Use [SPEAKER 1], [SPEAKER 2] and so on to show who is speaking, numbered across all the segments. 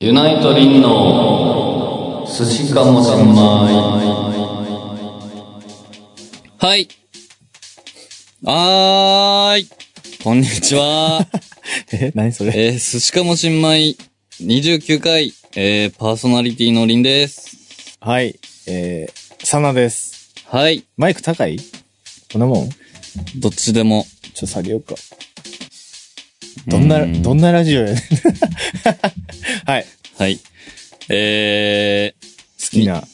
[SPEAKER 1] ユナイトリンの寿司かもしんま
[SPEAKER 2] はい。はーい。こんにち は。
[SPEAKER 3] え、何それ
[SPEAKER 2] えー、寿司かもしんまい29回、えー、パーソナリティのりんです。
[SPEAKER 3] はい。えー、サナです。
[SPEAKER 2] はい。
[SPEAKER 3] マイク高いこんなもんちょ
[SPEAKER 2] どっちでも。
[SPEAKER 3] っと下げようか。どんな、
[SPEAKER 2] うん
[SPEAKER 3] どんなラジオやねん。 はい。
[SPEAKER 2] はい。えー、
[SPEAKER 3] 好きな。
[SPEAKER 2] 好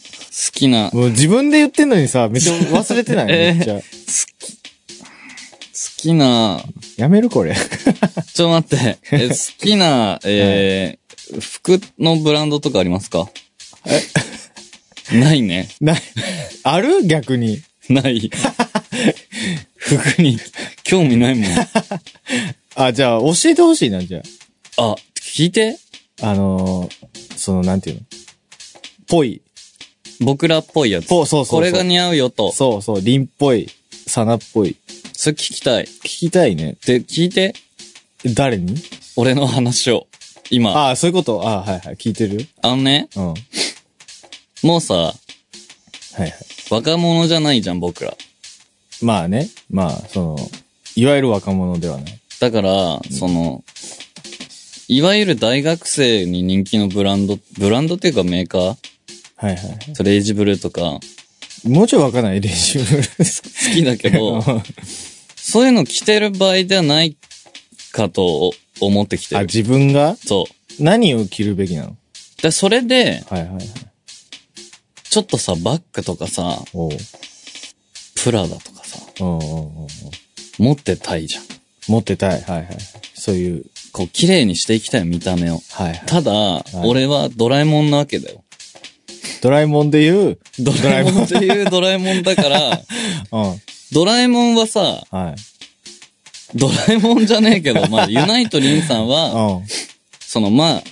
[SPEAKER 2] きな、好
[SPEAKER 3] もう自分で言ってんのにさ、めっちゃ忘れてない
[SPEAKER 2] えー
[SPEAKER 3] めっちゃ。
[SPEAKER 2] きな、
[SPEAKER 3] やめるこれ。
[SPEAKER 2] ちょっと待って、えー好きな、えー、服のブランドとかありますか ないね。
[SPEAKER 3] な、ある逆に。
[SPEAKER 2] ない。服に興味ない もん。
[SPEAKER 3] あ、じゃあ、教えてほしいな、じゃ
[SPEAKER 2] あ、聞いて
[SPEAKER 3] あ。あのー、その、なんていうのぽい。
[SPEAKER 2] 僕らっぽいやつ。
[SPEAKER 3] ぽ、そうそうそう。
[SPEAKER 2] これが似合うよと。
[SPEAKER 3] そうそう、りんっぽい。サナっぽい。
[SPEAKER 2] それ聞きたい。
[SPEAKER 3] 聞きたいね。
[SPEAKER 2] で、聞いて。
[SPEAKER 3] 誰に
[SPEAKER 2] 俺の話を。今。あ
[SPEAKER 3] ああ、そういうことああ、はいはい。聞いてるよ
[SPEAKER 2] のね、
[SPEAKER 3] うん。はい
[SPEAKER 2] もうさ、
[SPEAKER 3] はい。
[SPEAKER 2] 若者じゃないじゃん、僕ら。
[SPEAKER 3] まあね。まあ、その、いわゆる若者ではない。
[SPEAKER 2] だから、その、いわゆる大学生に人気のブランド、ブランドっていうかメーカー
[SPEAKER 3] はいはい。
[SPEAKER 2] それレイジブルーとか、好
[SPEAKER 3] もうちょいわかんない練習。
[SPEAKER 2] きだけ ど、そういうの着てる場合ではないかと思ってきて
[SPEAKER 3] あ、
[SPEAKER 2] る。
[SPEAKER 3] 自分が
[SPEAKER 2] そう。
[SPEAKER 3] 何を着るべきなの
[SPEAKER 2] で、それで、
[SPEAKER 3] はいはいはい。
[SPEAKER 2] ちょっとさ、バッグとかさ、
[SPEAKER 3] おう。
[SPEAKER 2] プラダとかさ、
[SPEAKER 3] おうおうおうおう
[SPEAKER 2] 持ってたいじゃん。
[SPEAKER 3] 持ってたい。はいはい。そういう。
[SPEAKER 2] こう、綺麗にしていきたいよ見た目を。
[SPEAKER 3] はいはい。
[SPEAKER 2] ただ、俺はドラえもんなわけだよ。
[SPEAKER 3] ドラえもんで言う。
[SPEAKER 2] ドラえもんっていうドラえもんだ から、
[SPEAKER 3] うん。は
[SPEAKER 2] ドラえもんはさ、
[SPEAKER 3] い。
[SPEAKER 2] ドラえもんじゃねえけど、まあ、ユナイトリンさん は、そのまあ、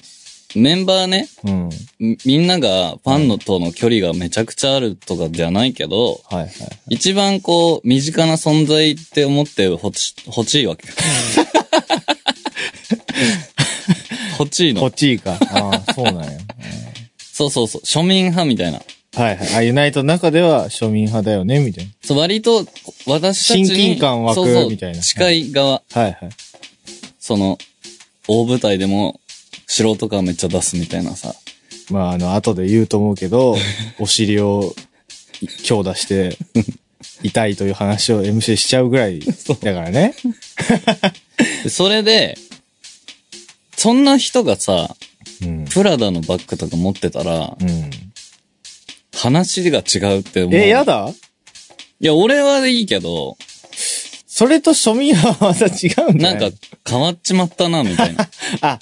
[SPEAKER 2] メンバーね、
[SPEAKER 3] うん。うん。
[SPEAKER 2] みみんながファンのとの距離がめちゃくちゃあるとかじゃないけど、
[SPEAKER 3] はいはい。
[SPEAKER 2] 一番こう、身近な存在って思ってほち、欲しいわけ。欲しい
[SPEAKER 3] こ
[SPEAKER 2] の
[SPEAKER 3] っ。ちいいか。ああ、そうなんや。
[SPEAKER 2] そうそうそう。庶民派みたいな。
[SPEAKER 3] はいはい。あ、ユナイトの中では庶民派だよね、みたいな。
[SPEAKER 2] そう、割と、私たちに。
[SPEAKER 3] 親近感湧く
[SPEAKER 2] そうそう
[SPEAKER 3] みたいな
[SPEAKER 2] 近い側。
[SPEAKER 3] はいはい。
[SPEAKER 2] その、大舞台でも、素人感めっちゃ出すみたいなさ。
[SPEAKER 3] まあ、あの、後で言うと思うけ ど、お尻を強打して、痛いという話を MC しちゃうぐらい、だからね。
[SPEAKER 2] でそれで、そんな人がさ、
[SPEAKER 3] うん。
[SPEAKER 2] プラダのバッグとか持ってたら、
[SPEAKER 3] うん。
[SPEAKER 2] 話が違うって思う。
[SPEAKER 3] え、やだ
[SPEAKER 2] いや、俺はいいけど、
[SPEAKER 3] それと庶民派はまた違うんだ
[SPEAKER 2] なんか変わっちまったな、みたい な。
[SPEAKER 3] あ、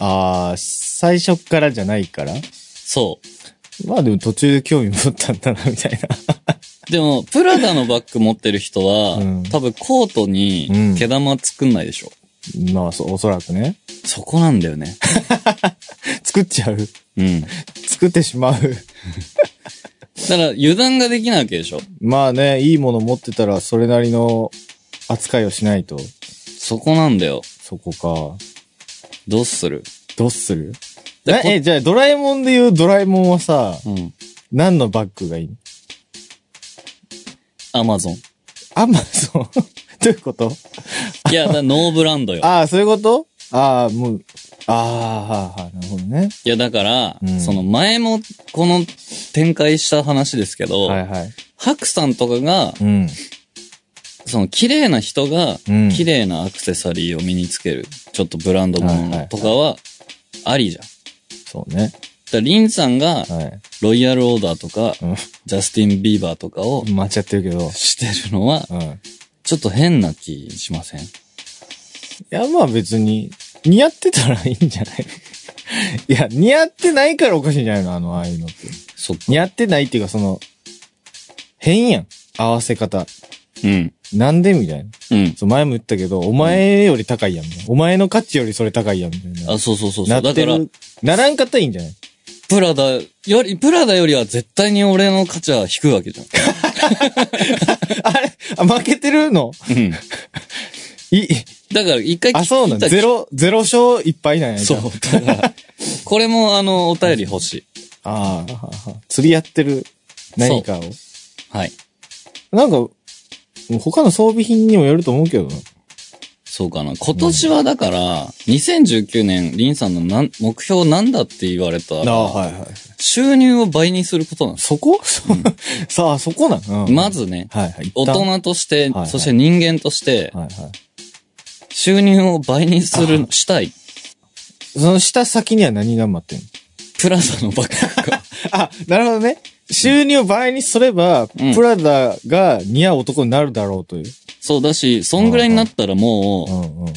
[SPEAKER 3] あー最初っからじゃないから
[SPEAKER 2] そ
[SPEAKER 3] まあでも途中で興味持ったんだな、みたい
[SPEAKER 2] う。でも、プラダのバッグ持ってる人は、
[SPEAKER 3] うん
[SPEAKER 2] 多分コートに毛玉作んないでしょ。
[SPEAKER 3] な。まあ、そ、おそらくね。
[SPEAKER 2] そこなんだよ ね。
[SPEAKER 3] 作っちゃう。
[SPEAKER 2] うん。
[SPEAKER 3] 作ってしまう。
[SPEAKER 2] だから油断ができないわけでしょ。
[SPEAKER 3] まあね、いいもの持ってたら、それなりの扱いをしないと。
[SPEAKER 2] そこなんだよ。
[SPEAKER 3] そこか。
[SPEAKER 2] どうする
[SPEAKER 3] どうする
[SPEAKER 2] で
[SPEAKER 3] な
[SPEAKER 2] こ
[SPEAKER 3] え、じゃあ、ドラえもんで言うドラえもんはさ、
[SPEAKER 2] うん。
[SPEAKER 3] 何のバッグがいいの
[SPEAKER 2] アマゾン。
[SPEAKER 3] アマゾンどう いうこと
[SPEAKER 2] いや、 だノーブランドよ。
[SPEAKER 3] ああ、そういうことああ、もう、ああ、はいはい、なるほどね。
[SPEAKER 2] いや、だから、
[SPEAKER 3] うん
[SPEAKER 2] その前もこの展開した話ですけど、
[SPEAKER 3] はいはい。
[SPEAKER 2] ハクさんとかが、
[SPEAKER 3] うん。
[SPEAKER 2] その綺麗な人が、
[SPEAKER 3] うん
[SPEAKER 2] 綺麗なアクセサリーを身につける、ちょっとブランドも
[SPEAKER 3] はいはいは
[SPEAKER 2] の
[SPEAKER 3] い
[SPEAKER 2] とかは、ありじゃん。だ
[SPEAKER 3] そうね。
[SPEAKER 2] からリンさんが、
[SPEAKER 3] はい。
[SPEAKER 2] ロイヤルオーダーとか、
[SPEAKER 3] う
[SPEAKER 2] ジャスティン・ビーバーとかを
[SPEAKER 3] ん。間違ってるけど。
[SPEAKER 2] してるのは、
[SPEAKER 3] うん。い
[SPEAKER 2] ちょっと変な気しません
[SPEAKER 3] や、まあ別に、似合ってたらいいんじゃない いや、似合ってないからおかしいんじゃないのあの、ああいうのって。
[SPEAKER 2] そっか。
[SPEAKER 3] 似合ってないっていうか、その、変やん。合わせ方。
[SPEAKER 2] うん。
[SPEAKER 3] なんでみたいな。
[SPEAKER 2] うん。
[SPEAKER 3] そう、前も言ったけど、お前より高いやん、みたいな。お前の価値よりそれ高いやん、みたいな。
[SPEAKER 2] あ、そうそうそうそ
[SPEAKER 3] な
[SPEAKER 2] う。だ
[SPEAKER 3] っ
[SPEAKER 2] か
[SPEAKER 3] て
[SPEAKER 2] ら、
[SPEAKER 3] る。ならんかったらいいんじゃない
[SPEAKER 2] プラダより、プラダよりは絶対に俺の価値は低いわけじゃん。
[SPEAKER 3] あれあ、負けてるの
[SPEAKER 2] うん。
[SPEAKER 3] い、
[SPEAKER 2] だから一回
[SPEAKER 3] あ、そうなん
[SPEAKER 2] 聞いた
[SPEAKER 3] ゼロ、ゼロ勝いっぱいなんや。
[SPEAKER 2] そう
[SPEAKER 3] じゃ。
[SPEAKER 2] だから、これもあの、お便り欲し
[SPEAKER 3] あ。ああはは、釣りやってる何かを。
[SPEAKER 2] い。はい。
[SPEAKER 3] なんか、もう他の装備品にもよると思うけどな。
[SPEAKER 2] そうかな。今年はだから、2019年、リンさんのなん目標なんだって言われたら、
[SPEAKER 3] はいはい。
[SPEAKER 2] 収入を倍にすることなんです。
[SPEAKER 3] そこ、 さあ、そこなの、うん
[SPEAKER 2] ま、ずね、
[SPEAKER 3] はいはい。一
[SPEAKER 2] 大
[SPEAKER 3] 旦
[SPEAKER 2] 人として、
[SPEAKER 3] はいはい
[SPEAKER 2] そして人間として、
[SPEAKER 3] はいはい。
[SPEAKER 2] 収入を倍にする、したい。
[SPEAKER 3] その下先には何が待ってんの
[SPEAKER 2] プラザのバッグ が。
[SPEAKER 3] あ、なるほどね。収入を倍にすれば、
[SPEAKER 2] うん
[SPEAKER 3] プラダが似合う男になるだろうという。
[SPEAKER 2] そうだし、そんぐらいになったらも
[SPEAKER 3] う
[SPEAKER 2] う、
[SPEAKER 3] んうんうん。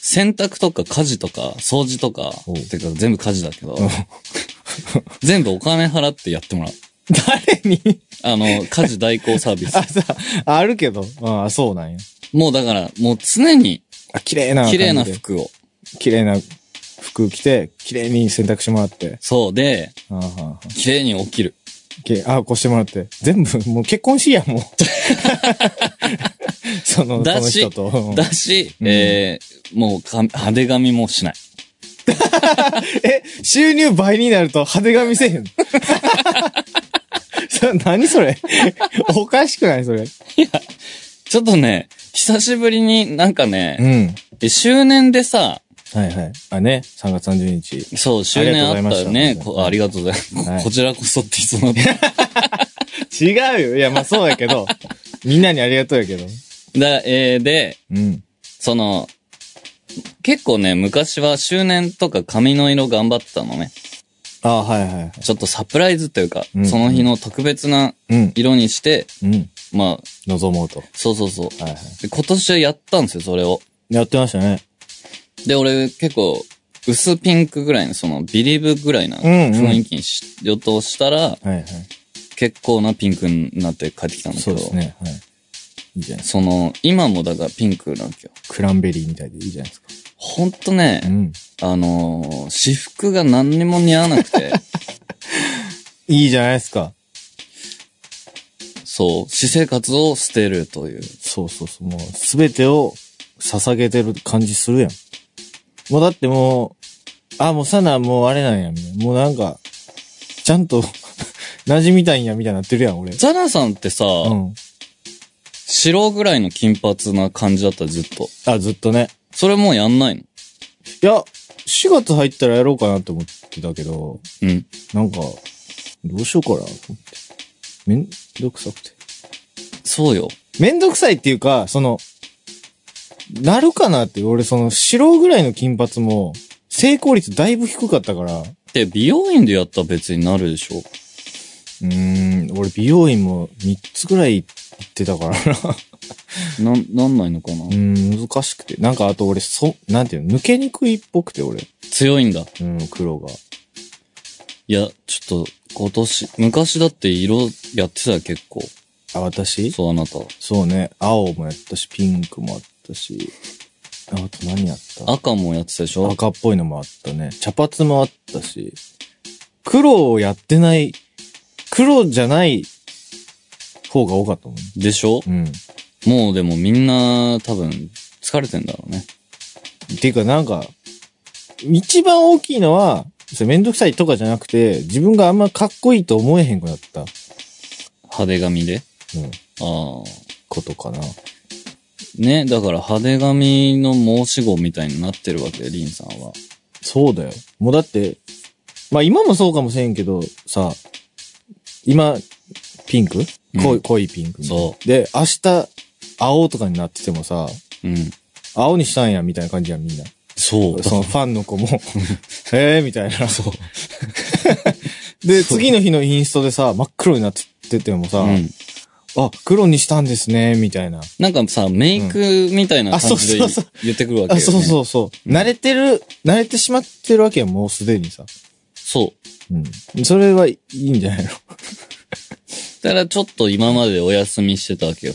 [SPEAKER 2] 洗濯とか家事とか、掃除とか
[SPEAKER 3] お、う
[SPEAKER 2] てか全部家事だけど、 全部お金払ってやってもらう。
[SPEAKER 3] 誰に
[SPEAKER 2] あの、家事代行サービス
[SPEAKER 3] あ、。さ、ああるけど。ああ、そうなんや。
[SPEAKER 2] もうだから、もう常に
[SPEAKER 3] あ、綺麗な感じ
[SPEAKER 2] 綺
[SPEAKER 3] で。
[SPEAKER 2] 麗な服を。
[SPEAKER 3] 綺麗な服着て、綺麗に洗濯してもらって。
[SPEAKER 2] そうで、
[SPEAKER 3] ああはあはあ
[SPEAKER 2] 綺麗に起きる。
[SPEAKER 3] けあ、こうしてもらって。全部、もう結婚しいや、 もう。その、そ
[SPEAKER 2] だ
[SPEAKER 3] の
[SPEAKER 2] し
[SPEAKER 3] 人と。うん
[SPEAKER 2] だし、えー、もうか派手髪もしない。
[SPEAKER 3] え、収入倍になると派手髪せえへん のそ何それ おかしくないそれ。
[SPEAKER 2] ちょっとね、久しぶりになんかね、
[SPEAKER 3] ん。
[SPEAKER 2] え周年でさ、
[SPEAKER 3] はいはい。あね、3月30日。
[SPEAKER 2] そう、周年あったよね。こ
[SPEAKER 3] あ
[SPEAKER 2] あ
[SPEAKER 3] り
[SPEAKER 2] りがとうございます。こ
[SPEAKER 3] はい
[SPEAKER 2] こちらこそっていつ も。だか
[SPEAKER 3] 違うよ。いや、まあそうやけ ど。みんなにありがとうやけど。
[SPEAKER 2] らえー、で、
[SPEAKER 3] うん。
[SPEAKER 2] その、結構ね、昔は周年とか髪の色頑張ってたのね。
[SPEAKER 3] ああ、はいはいはい。
[SPEAKER 2] ちょっとサプライズというか、
[SPEAKER 3] うん
[SPEAKER 2] その日の特別な
[SPEAKER 3] うん。
[SPEAKER 2] 色にして、
[SPEAKER 3] うん。
[SPEAKER 2] まあ、
[SPEAKER 3] 望もうと。
[SPEAKER 2] そうそうそう。
[SPEAKER 3] はいはい。
[SPEAKER 2] で今年はやったんですよ、それを。
[SPEAKER 3] やってましたね。
[SPEAKER 2] で、俺結構、薄ピンクぐらいの、その、ビリーブぐらいな
[SPEAKER 3] うんうん
[SPEAKER 2] 雰囲気にし、予想したら、
[SPEAKER 3] はいはい。
[SPEAKER 2] 結構なピンクになって帰ってきたんだけ
[SPEAKER 3] そう
[SPEAKER 2] ど、
[SPEAKER 3] ですね。はい。いいじゃないですか。
[SPEAKER 2] その、今もだからピンクなんですよ。
[SPEAKER 3] クランベリーみたいでいいじゃないですか。
[SPEAKER 2] ほんとね、
[SPEAKER 3] うん。
[SPEAKER 2] あのー私服が何にも似合わなくて、
[SPEAKER 3] いいじゃないですか。
[SPEAKER 2] そう、私生活を捨てるという。
[SPEAKER 3] そうそうそう。もう、すべてを捧げてる感じするやん。もうだってもう、あ、もうサナもうあれなんや、みたいな。もうなんか、ちゃんと、 馴染みたいんや、みたいになってるやん、俺。
[SPEAKER 2] ザナさんってさ、
[SPEAKER 3] うん。
[SPEAKER 2] 白ぐらいの金髪な感じだったずっと。
[SPEAKER 3] あ、ずっとね。
[SPEAKER 2] それもうやんないの
[SPEAKER 3] いや、4月入ったらやろうかなと思ってたけど、
[SPEAKER 2] うん。
[SPEAKER 3] なんか、どうしようかな、と思って。めんどくさくて。
[SPEAKER 2] そうよ。
[SPEAKER 3] めんどくさいっていうか、その、なるかなって、俺その、白ぐらいの金髪も、成功率だいぶ低かったから、
[SPEAKER 2] で、美容院でやったら別になるでしょ。
[SPEAKER 3] うーん、俺美容院も3つぐらい行ってたから
[SPEAKER 2] な
[SPEAKER 3] な。
[SPEAKER 2] ん、なんないのかな、
[SPEAKER 3] うーん、難しくて。なんかあと俺、そ、なんていうの、抜けにくいっぽくて俺。
[SPEAKER 2] 強いんだ。
[SPEAKER 3] うん、黒が。
[SPEAKER 2] いや、ちょっと、今年、昔だって色やってたよ結構。
[SPEAKER 3] あ、私そ
[SPEAKER 2] そう、あなた。
[SPEAKER 3] うね。青もやったし、ピンクもあったし。ああと何やった
[SPEAKER 2] 赤もやってたでしょ
[SPEAKER 3] 赤っぽいのもあったね。茶髪もあったし。黒をやってない、黒じゃない方が多かったもんね。
[SPEAKER 2] でしょ
[SPEAKER 3] うん。
[SPEAKER 2] もうでもみんな、多分、疲れてんだろうね。
[SPEAKER 3] っていうかなんか、一番大きいのは、それめんどくさいとかじゃなくて、自分があんまかっこいいと思えへんくなった、うん、
[SPEAKER 2] 派手髪で。ああ。
[SPEAKER 3] ことかな。
[SPEAKER 2] ね、だから派手髪の申し子みたいになってるわけよ、リンさんは。
[SPEAKER 3] そうだよ。もうだって、まあ今もそうかもしれんけど、さ、今、ピンク
[SPEAKER 2] うん
[SPEAKER 3] 濃い、濃いピンクみたいな
[SPEAKER 2] そ
[SPEAKER 3] で、明日、青とかになっててもさ、
[SPEAKER 2] うん。
[SPEAKER 3] 青にしたんや、みたいな感じやん、みんな。
[SPEAKER 2] そう。
[SPEAKER 3] そのファンの子 も、ええみたいな。で、次の日のインストでさ、真っ黒になっててもさ、
[SPEAKER 2] うん。
[SPEAKER 3] あ、黒にしたんですね、みたいな。
[SPEAKER 2] なんかさ、メイクみたいな感じで
[SPEAKER 3] あそうそうそ
[SPEAKER 2] 言ってくるわけよ、
[SPEAKER 3] あ、
[SPEAKER 2] ね。
[SPEAKER 3] そう
[SPEAKER 2] う。
[SPEAKER 3] そうそう。慣れてる、慣れてしまってるわけよ、もうすでにさ。
[SPEAKER 2] そう。
[SPEAKER 3] うん。それはいいんじゃないの
[SPEAKER 2] だからちょっと今までお休みしてたわけよ。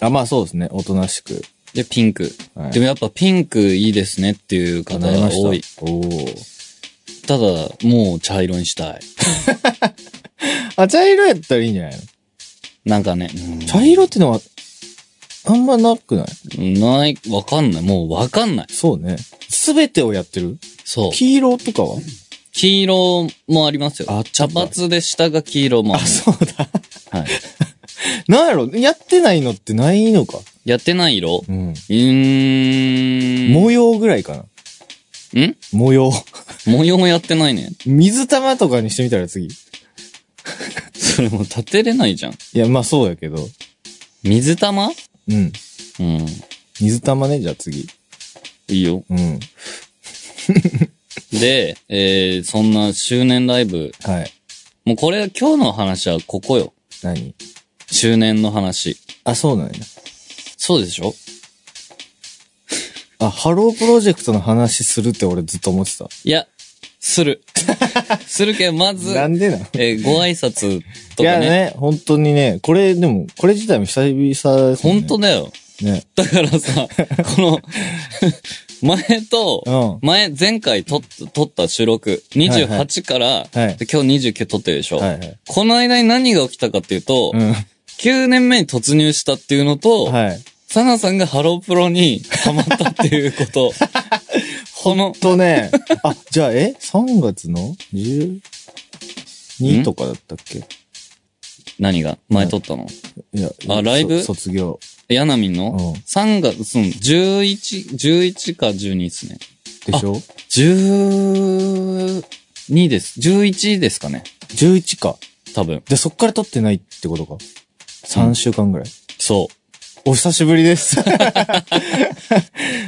[SPEAKER 3] あ、まあそうですね。おとなしく。
[SPEAKER 2] で、ピンク。
[SPEAKER 3] はい
[SPEAKER 2] でもやっぱピンクいいですねっていう方
[SPEAKER 3] 叶え
[SPEAKER 2] が多い。。
[SPEAKER 3] おお。
[SPEAKER 2] ただ、もう茶色にしたい。
[SPEAKER 3] あ、茶色やったらいいんじゃないの
[SPEAKER 2] なんかね。
[SPEAKER 3] 茶色ってのは、あんまなくない
[SPEAKER 2] ない、わかんない。もうわかんない。
[SPEAKER 3] そうね。すべてをやってる
[SPEAKER 2] そう。
[SPEAKER 3] 黄色とかは
[SPEAKER 2] 黄色もありますよ。
[SPEAKER 3] あ
[SPEAKER 2] 茶髪で下が黄色もあ
[SPEAKER 3] あ、
[SPEAKER 2] る。
[SPEAKER 3] そうだ。
[SPEAKER 2] はい。
[SPEAKER 3] なんやろやってないのってないのか。
[SPEAKER 2] やってない色
[SPEAKER 3] うん。
[SPEAKER 2] うーん。
[SPEAKER 3] 模様ぐらいかな。
[SPEAKER 2] ん
[SPEAKER 3] 模様。
[SPEAKER 2] 模様やってないね。
[SPEAKER 3] 水玉とかにしてみたら次。い
[SPEAKER 2] それもう立てれないじゃん。
[SPEAKER 3] や、まあそうやけど。
[SPEAKER 2] 水玉
[SPEAKER 3] うん。
[SPEAKER 2] うん。
[SPEAKER 3] 水玉ね、じゃあ次。
[SPEAKER 2] いいよ。
[SPEAKER 3] うん。
[SPEAKER 2] で、えー、そんな周年ライブ。
[SPEAKER 3] はい。
[SPEAKER 2] もうこれ、今日の話はここよ。
[SPEAKER 3] 何
[SPEAKER 2] 周年の話。
[SPEAKER 3] あ、そうなんや。
[SPEAKER 2] そうでしょ
[SPEAKER 3] あ、ハロープロジェクトの話するって俺ずっと思ってた。
[SPEAKER 2] いや、す る。するけど、まず、
[SPEAKER 3] なんでなん
[SPEAKER 2] えー、ご挨拶と
[SPEAKER 3] いや
[SPEAKER 2] かね。
[SPEAKER 3] ね、本当にね、これでも、これ自体も久々ですね。
[SPEAKER 2] 本当だよ。
[SPEAKER 3] ね。
[SPEAKER 2] だから さ、この、前と、
[SPEAKER 3] う
[SPEAKER 2] 前、前回撮っ撮った収録、
[SPEAKER 3] はいはい
[SPEAKER 2] 28から、
[SPEAKER 3] はい
[SPEAKER 2] で今日29撮ってるでしょ、
[SPEAKER 3] ん。はいはい。
[SPEAKER 2] この間に何が起きたかっていうと、
[SPEAKER 3] う
[SPEAKER 2] 9年目に突入したっていうのと、
[SPEAKER 3] ん。はい。
[SPEAKER 2] サナさんがハロープロ にハマったっていうこと。この、
[SPEAKER 3] とね、あ、じゃあ、え ?3 月の 12?
[SPEAKER 2] ん
[SPEAKER 3] とかだったっけ
[SPEAKER 2] 何が前撮ったの
[SPEAKER 3] いや、
[SPEAKER 2] あライブ
[SPEAKER 3] そ卒業。
[SPEAKER 2] ヤナミンの、
[SPEAKER 3] うん
[SPEAKER 2] 3月、その、11、11か12ですね。
[SPEAKER 3] でしょ
[SPEAKER 2] 12です。11ですかね。
[SPEAKER 3] ?11 か。
[SPEAKER 2] 多分。
[SPEAKER 3] で、そっから撮ってないってことか。3週間ぐらい。
[SPEAKER 2] そ
[SPEAKER 3] お久しぶりです。
[SPEAKER 2] う。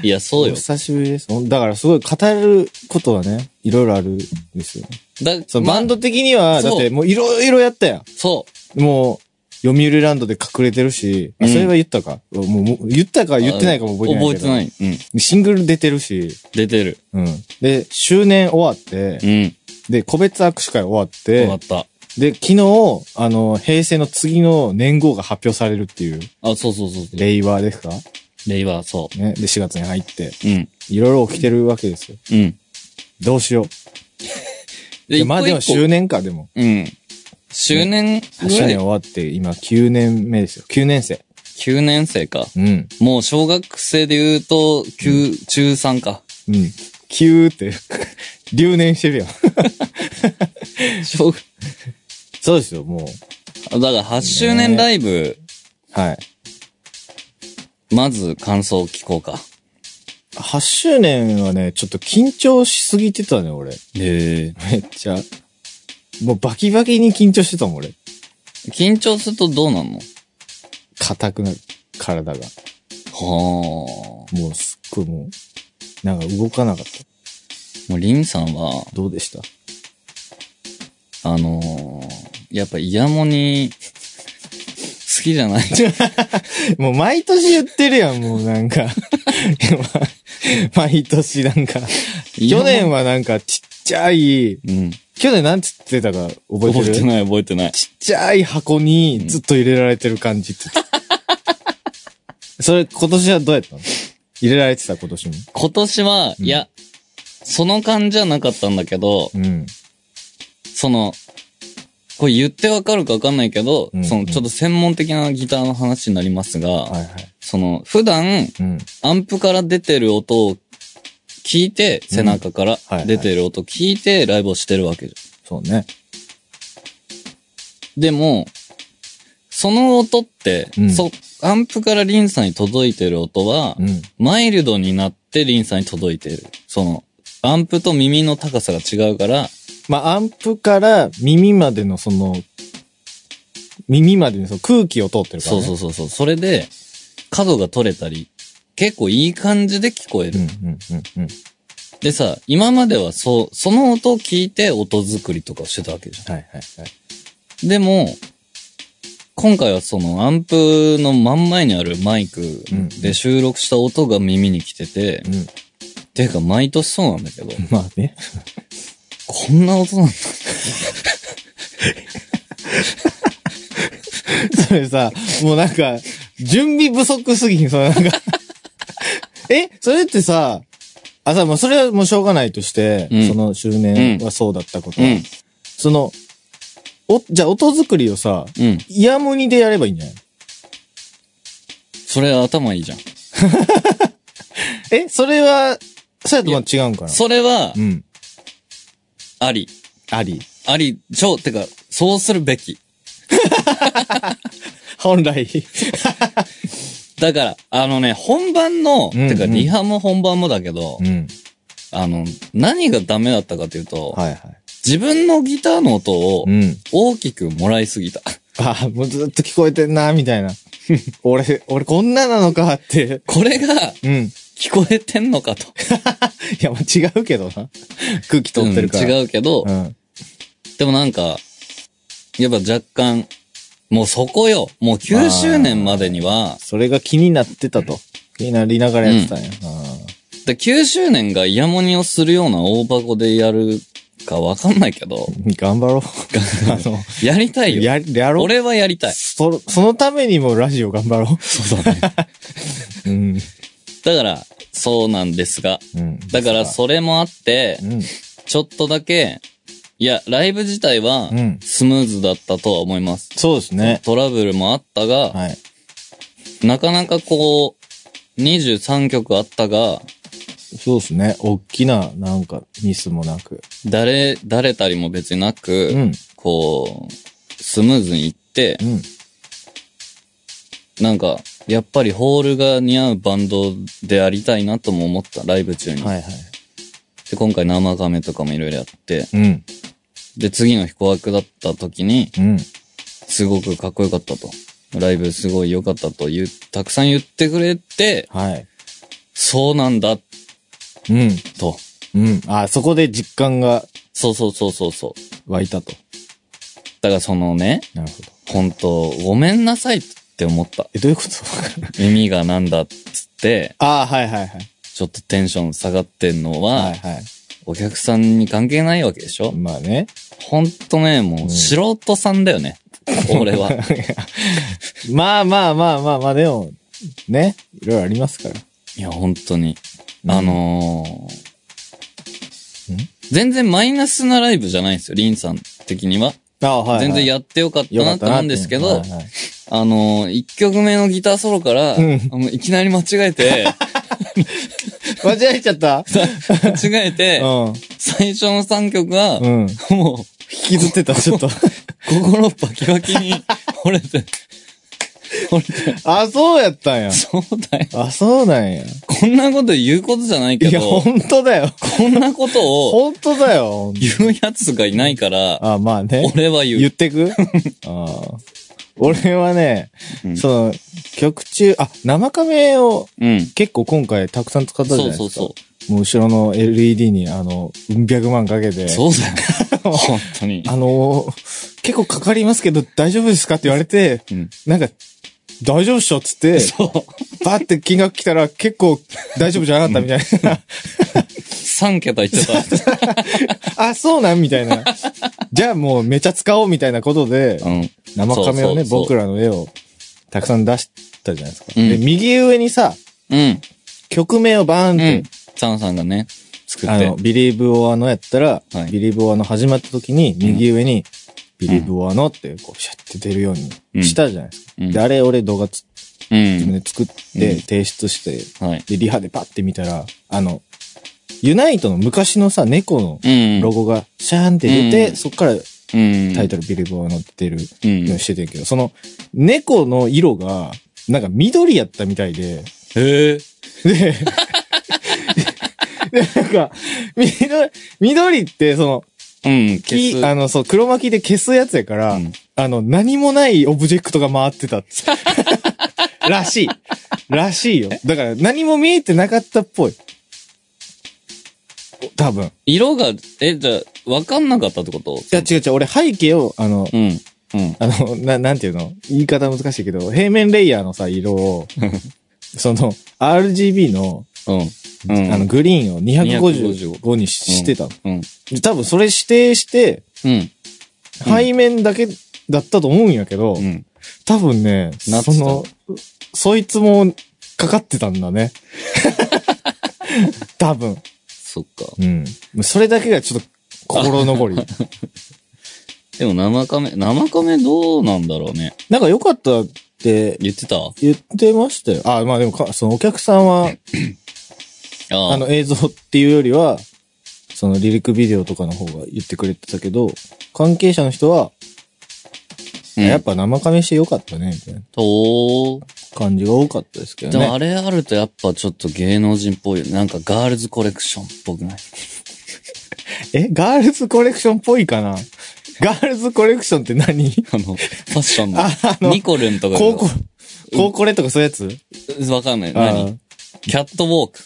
[SPEAKER 2] いや、
[SPEAKER 3] お
[SPEAKER 2] そうよ。
[SPEAKER 3] 久しぶりです。ほんだからすごい語ることはね、いろいろあるんですよね。
[SPEAKER 2] だ
[SPEAKER 3] そう、
[SPEAKER 2] まあ
[SPEAKER 3] バンド的には、だ
[SPEAKER 2] そう
[SPEAKER 3] ってもういろいろやったやん。
[SPEAKER 2] そ
[SPEAKER 3] もう、読売ランドで隠れてるし、あ、
[SPEAKER 2] うん
[SPEAKER 3] それは言ったか。もうもう、言ったか
[SPEAKER 2] う。
[SPEAKER 3] 言ってないかも覚えてないけど。
[SPEAKER 2] 覚えてない。うん。
[SPEAKER 3] シングル出てるし、
[SPEAKER 2] 出てる。
[SPEAKER 3] うん。で、周年終わって
[SPEAKER 2] う、ん。
[SPEAKER 3] で、個別握手会終わっ、
[SPEAKER 2] 終わってた。
[SPEAKER 3] で、昨日、あの、平成の次の年号が発表されるっていう、
[SPEAKER 2] あ、そうそうそうそう。
[SPEAKER 3] 令和ですか
[SPEAKER 2] レイバー、そ
[SPEAKER 3] ね。で、4月に入って、
[SPEAKER 2] う。うん。
[SPEAKER 3] いろいろ起きてるわけですよ。
[SPEAKER 2] うん。
[SPEAKER 3] どうしよう。
[SPEAKER 2] で
[SPEAKER 3] いやまあでも
[SPEAKER 2] 一個一個
[SPEAKER 3] 周年か、でも。
[SPEAKER 2] うん。周年
[SPEAKER 3] 周
[SPEAKER 2] ぐら
[SPEAKER 3] 年終
[SPEAKER 2] い
[SPEAKER 3] わって、今9年目ですよ。9年生。
[SPEAKER 2] ?9 年生か。
[SPEAKER 3] うん。
[SPEAKER 2] もう小学生で言うと、9、中3か。
[SPEAKER 3] うん。9って、 留年してるよ。
[SPEAKER 2] 小学
[SPEAKER 3] そうですよ、もう。
[SPEAKER 2] だから8周年ライブ、
[SPEAKER 3] はい。
[SPEAKER 2] まず感想を聞こうか。
[SPEAKER 3] 8周年はね、ちょっと緊張しすぎてたね、俺。
[SPEAKER 2] へえ。
[SPEAKER 3] めっちゃ。もうバキバキに緊張してたもん、俺。
[SPEAKER 2] 緊張するとどうなんの
[SPEAKER 3] 硬くなる。体が。
[SPEAKER 2] はあ。
[SPEAKER 3] もうすっごいもう、なんか動かなかった。
[SPEAKER 2] もうリンさんは、
[SPEAKER 3] どうでした
[SPEAKER 2] あのー、やっぱイヤモニ、好きじゃ ない。
[SPEAKER 3] もう毎年言ってるやん、もうなんか。 毎年なんか。去年はなんかちっちゃい、
[SPEAKER 2] うん。
[SPEAKER 3] 去年なんつってたか覚えて
[SPEAKER 2] 覚
[SPEAKER 3] る
[SPEAKER 2] えてない覚えてない。
[SPEAKER 3] ちっちゃい箱にずっと入れられてる感じって。それ今年はどうやったの入れられてた今年も。
[SPEAKER 2] 今年は、
[SPEAKER 3] うん
[SPEAKER 2] いや、その感じはなかったんだけど、
[SPEAKER 3] うん。
[SPEAKER 2] その、これ言ってわかるかわかんないけど、
[SPEAKER 3] うん
[SPEAKER 2] そのちょっと専門的なギターの話になりますが、
[SPEAKER 3] はいはい。
[SPEAKER 2] その普段
[SPEAKER 3] うん。
[SPEAKER 2] アンプから出てる音を聞いて、背中から
[SPEAKER 3] はいはい
[SPEAKER 2] 出てる音を聞いてライブをしてるわけじ
[SPEAKER 3] そうね。
[SPEAKER 2] ゃん。でも、その音って、
[SPEAKER 3] うん
[SPEAKER 2] そ、アンプからリンさんに届いてる音は、
[SPEAKER 3] うん。
[SPEAKER 2] マイルドになってリンさんに届いている。その、アンプと耳の高さが違うから、
[SPEAKER 3] まあ、アンプから耳までのその、耳までのその空気を通ってるか
[SPEAKER 2] そ
[SPEAKER 3] らね。
[SPEAKER 2] うそうそうそう。それで、角が取れたり、結構いい感じで聞こえる。
[SPEAKER 3] うんうんうんうん。
[SPEAKER 2] でさ、今まではそう、その音を聞いて音作りとかをしてたわけじゃ
[SPEAKER 3] はいはいはい。
[SPEAKER 2] ん。でも、今回はそのアンプの真ん前にあるマイク
[SPEAKER 3] うん
[SPEAKER 2] で収録した音が耳に来てて、
[SPEAKER 3] うん。
[SPEAKER 2] ていうか毎年そうなんだけど、
[SPEAKER 3] まあね。
[SPEAKER 2] こんな音なんだ。
[SPEAKER 3] それさ、もうなんか、準備不足すぎん、そのなんか。 え、それってさ、あ、さ、まあ、それはもうしょうがないとして、
[SPEAKER 2] うん
[SPEAKER 3] その周年はそうだったこと。
[SPEAKER 2] うん、
[SPEAKER 3] その、お、じゃあ音作りをさ、
[SPEAKER 2] うん。
[SPEAKER 3] イヤモニでやればいいんじゃない
[SPEAKER 2] それ頭いいじゃん。
[SPEAKER 3] え、それは、それとは違うんかな
[SPEAKER 2] それは
[SPEAKER 3] う、ん。
[SPEAKER 2] あり。
[SPEAKER 3] あり。
[SPEAKER 2] あり、超、てか、そうするべき。
[SPEAKER 3] 本来。
[SPEAKER 2] だから、あのね、本番の、
[SPEAKER 3] うんうん
[SPEAKER 2] てか、リハも本番もだけど、
[SPEAKER 3] うん。
[SPEAKER 2] あの、何がダメだったかというと、
[SPEAKER 3] はいはい。
[SPEAKER 2] 自分のギターの音を
[SPEAKER 3] うん。
[SPEAKER 2] 大きくもらいすぎた。
[SPEAKER 3] あ、もうずっと聞こえてんな、みたいな。俺、俺こんななのかって。
[SPEAKER 2] これが
[SPEAKER 3] うん。い
[SPEAKER 2] 聞こえてんの かと。
[SPEAKER 3] や、まあ違うけどな。 空気取ってるから。
[SPEAKER 2] うん
[SPEAKER 3] う。
[SPEAKER 2] 違うけど、
[SPEAKER 3] うん。
[SPEAKER 2] でもなんか、やっぱ若干、もうそこよ。もう9周年までには、
[SPEAKER 3] それが気になってたと。気になりながらやってたんや。あ
[SPEAKER 2] で9周年がイヤモニをするような大箱でやるかわかんないけど、
[SPEAKER 3] ー 頑張ろう。あの、
[SPEAKER 2] やりたいよ。
[SPEAKER 3] や、やろう。
[SPEAKER 2] 俺はやりたい。
[SPEAKER 3] そ、そのためにもラジオ頑張ろう。
[SPEAKER 2] そうだね。
[SPEAKER 3] うん。
[SPEAKER 2] だから、そうなんですが。
[SPEAKER 3] うん。
[SPEAKER 2] だから、それもあって
[SPEAKER 3] う、ん。
[SPEAKER 2] ちょっとだけ、いや、ライブ自体は
[SPEAKER 3] うん、
[SPEAKER 2] スムーズだったとは思います。
[SPEAKER 3] そうですね。
[SPEAKER 2] トラブルもあったが、
[SPEAKER 3] はい。
[SPEAKER 2] なかなかこう、23曲あったが、
[SPEAKER 3] そうですね。大きな、なんか、ミスもなく。
[SPEAKER 2] 誰、誰たりも別になく、
[SPEAKER 3] うん。
[SPEAKER 2] こう、スムーズにいって
[SPEAKER 3] う、ん。
[SPEAKER 2] なんか、やっぱりホールが似合うバンドでありたいなとも思った、ライブ中に。
[SPEAKER 3] はいはい。
[SPEAKER 2] で、今回生亀とかもいろいろやって、
[SPEAKER 3] うん。
[SPEAKER 2] で、次の飛行枠だった時に、
[SPEAKER 3] うん。
[SPEAKER 2] すごくかっこよかったと。ライブすごい良かったと言う、たくさん言ってくれて、
[SPEAKER 3] はい。
[SPEAKER 2] そうなんだ、
[SPEAKER 3] うん。
[SPEAKER 2] と。
[SPEAKER 3] うん。あ、そこで実感が
[SPEAKER 2] そうそうそうそうそう。
[SPEAKER 3] 湧いたと。
[SPEAKER 2] だからそのね、
[SPEAKER 3] なるほど。
[SPEAKER 2] 本当ごめんなさいって思った。
[SPEAKER 3] え、どういうこと
[SPEAKER 2] 耳がなんだっつって、
[SPEAKER 3] ああ、はいはいはい。
[SPEAKER 2] ちょっとテンション下がってんのは、
[SPEAKER 3] はいはい。
[SPEAKER 2] お客さんに関係ないわけでしょ、
[SPEAKER 3] まあね。
[SPEAKER 2] ほんとね、もう素人さんだよ ね。俺は。
[SPEAKER 3] まあまあまあまあまあ、でも、ね。いろいろありますから。
[SPEAKER 2] いや、本当に。
[SPEAKER 3] うん
[SPEAKER 2] あのー
[SPEAKER 3] ん
[SPEAKER 2] 全然マイナスなライブじゃないんですよ、リンさん的には。
[SPEAKER 3] ああ、はい、はい。
[SPEAKER 2] 全然やってよかった
[SPEAKER 3] よか
[SPEAKER 2] な
[SPEAKER 3] っ
[SPEAKER 2] と
[SPEAKER 3] た
[SPEAKER 2] 思
[SPEAKER 3] なっ
[SPEAKER 2] うん
[SPEAKER 3] て
[SPEAKER 2] ですけど、
[SPEAKER 3] はいはい
[SPEAKER 2] あのー、1曲目のギターソロから、
[SPEAKER 3] うん
[SPEAKER 2] あのいきなり間違え て、
[SPEAKER 3] 間違えちゃったう
[SPEAKER 2] 間違えて、
[SPEAKER 3] ん。
[SPEAKER 2] 最初の3曲は、
[SPEAKER 3] うん。引
[SPEAKER 2] もう、
[SPEAKER 3] きずってた、ちょ っと。
[SPEAKER 2] 心バキバキに折れて、折れて、
[SPEAKER 3] あ、そうやったんや。
[SPEAKER 2] そうだよ。
[SPEAKER 3] あ、そうなんや。
[SPEAKER 2] こんなこと言うことじゃないけ
[SPEAKER 3] いや、
[SPEAKER 2] ど、
[SPEAKER 3] 本当だよ。
[SPEAKER 2] こんなことを
[SPEAKER 3] 本当だよ。ほんと
[SPEAKER 2] 言うやつがいないから、
[SPEAKER 3] あ、まあね。
[SPEAKER 2] 俺は言う
[SPEAKER 3] 言って くああ俺はね、
[SPEAKER 2] うん
[SPEAKER 3] その、曲中、あ、生亀を
[SPEAKER 2] うん。
[SPEAKER 3] 結構今回たくさん使ったじゃない
[SPEAKER 2] そう
[SPEAKER 3] ですか。
[SPEAKER 2] そうそ
[SPEAKER 3] もう後ろの LED に、あの、うん百万かけて。
[SPEAKER 2] う。そうだよね。 本当に。
[SPEAKER 3] あの、結構かかりますけど大丈夫ですかって言われて、
[SPEAKER 2] うん。
[SPEAKER 3] なんか、大丈夫っしょっつって、
[SPEAKER 2] そう。
[SPEAKER 3] バって金額来たら結構大丈夫じゃなかったみたいな。
[SPEAKER 2] 3桁いっちゃった。
[SPEAKER 3] あ、そうなんみたいな。じゃあもうめちゃ使おうみたいなことで、
[SPEAKER 2] うん。
[SPEAKER 3] 生亀を
[SPEAKER 2] そうそうそ
[SPEAKER 3] ね、
[SPEAKER 2] う
[SPEAKER 3] 僕らの絵をたくさん出したじゃないですか。
[SPEAKER 2] うん
[SPEAKER 3] で、右上にさ、
[SPEAKER 2] うん。
[SPEAKER 3] 曲名をバーンっ
[SPEAKER 2] うん
[SPEAKER 3] て、。
[SPEAKER 2] サンさんがね、作っ
[SPEAKER 3] あ
[SPEAKER 2] て
[SPEAKER 3] の、。ビリーブオアのやったら、
[SPEAKER 2] はい
[SPEAKER 3] ビリーブオアの始まった時に、右上に、ビリーブオアのって、こう、シャッて出るようにしたじゃないですか。
[SPEAKER 2] うん
[SPEAKER 3] で、あれ俺動画つ
[SPEAKER 2] う
[SPEAKER 3] 自
[SPEAKER 2] ん。
[SPEAKER 3] 分で作っ
[SPEAKER 2] う
[SPEAKER 3] て、
[SPEAKER 2] ん
[SPEAKER 3] 提出して、
[SPEAKER 2] はい。
[SPEAKER 3] で、リハでパッて見たら、あの、ユナイトの昔のさ、猫の
[SPEAKER 2] うん。
[SPEAKER 3] ロゴがシャーンって出て、
[SPEAKER 2] うん
[SPEAKER 3] そっからタ
[SPEAKER 2] うん。
[SPEAKER 3] イトルビリーブオアのってる。
[SPEAKER 2] う
[SPEAKER 3] の
[SPEAKER 2] ん
[SPEAKER 3] を。しててんけど、その、猫の色が、なんか緑やったみたいで、
[SPEAKER 2] へえ。
[SPEAKER 3] で、で、なんか、緑、緑って、その、
[SPEAKER 2] うん。消
[SPEAKER 3] 木、
[SPEAKER 2] す。
[SPEAKER 3] あの、そう、黒巻きで消すやつやから、
[SPEAKER 2] うん
[SPEAKER 3] あの、何もないオブジェクトが回って たっつらしい。らしいよ。だから、何も見えてなかったっぽい。多分。い
[SPEAKER 2] 色が、え、じゃあ、わかんなかったってこと
[SPEAKER 3] や、違う違う。俺、背景を、あの、
[SPEAKER 2] うん。うん。
[SPEAKER 3] あの、な、なんていうの言い方難しいけど、平面レイヤーのさ、色 を、その、RGB の、
[SPEAKER 2] うん。うん。
[SPEAKER 3] あの、グリーンを255にししてたの。
[SPEAKER 2] うん。
[SPEAKER 3] で多分それ指定して、
[SPEAKER 2] うん。うん
[SPEAKER 3] 背面だけだったと思うんやけど、
[SPEAKER 2] うん。
[SPEAKER 3] 多分ね、
[SPEAKER 2] なってた
[SPEAKER 3] その、そいつもかかってたんだね。 多分。
[SPEAKER 2] そっか。
[SPEAKER 3] うん。それだけがちょっと心残 り。
[SPEAKER 2] でも生亀、生亀どうなんだろうね。
[SPEAKER 3] なんか良かったって
[SPEAKER 2] 言ってたあ
[SPEAKER 3] 言ってましたよ。あ、まあでもか、そのお客さんは、
[SPEAKER 2] あ
[SPEAKER 3] あの映像っていうよりは、そのリリックビデオとかの方が言ってくれてたけど、関係者の人は、
[SPEAKER 2] うん
[SPEAKER 3] やっぱ生加してよかったね、みたいな
[SPEAKER 2] と
[SPEAKER 3] 感じが多かったですけ
[SPEAKER 2] で
[SPEAKER 3] ど
[SPEAKER 2] もあ
[SPEAKER 3] ね。
[SPEAKER 2] れあるとやっぱちょっと芸能人っぽいよね。なんかガールズコレクションっぽ くない
[SPEAKER 3] え、ガールズコレクションっぽいかなガールズコレクションって何
[SPEAKER 2] あの、ファッション
[SPEAKER 3] ああ
[SPEAKER 2] の。
[SPEAKER 3] の
[SPEAKER 2] ニコルンとか。
[SPEAKER 3] 高校、高校レとかそういうやつ
[SPEAKER 2] わかんない。
[SPEAKER 3] あ
[SPEAKER 2] 何キャットウォーク。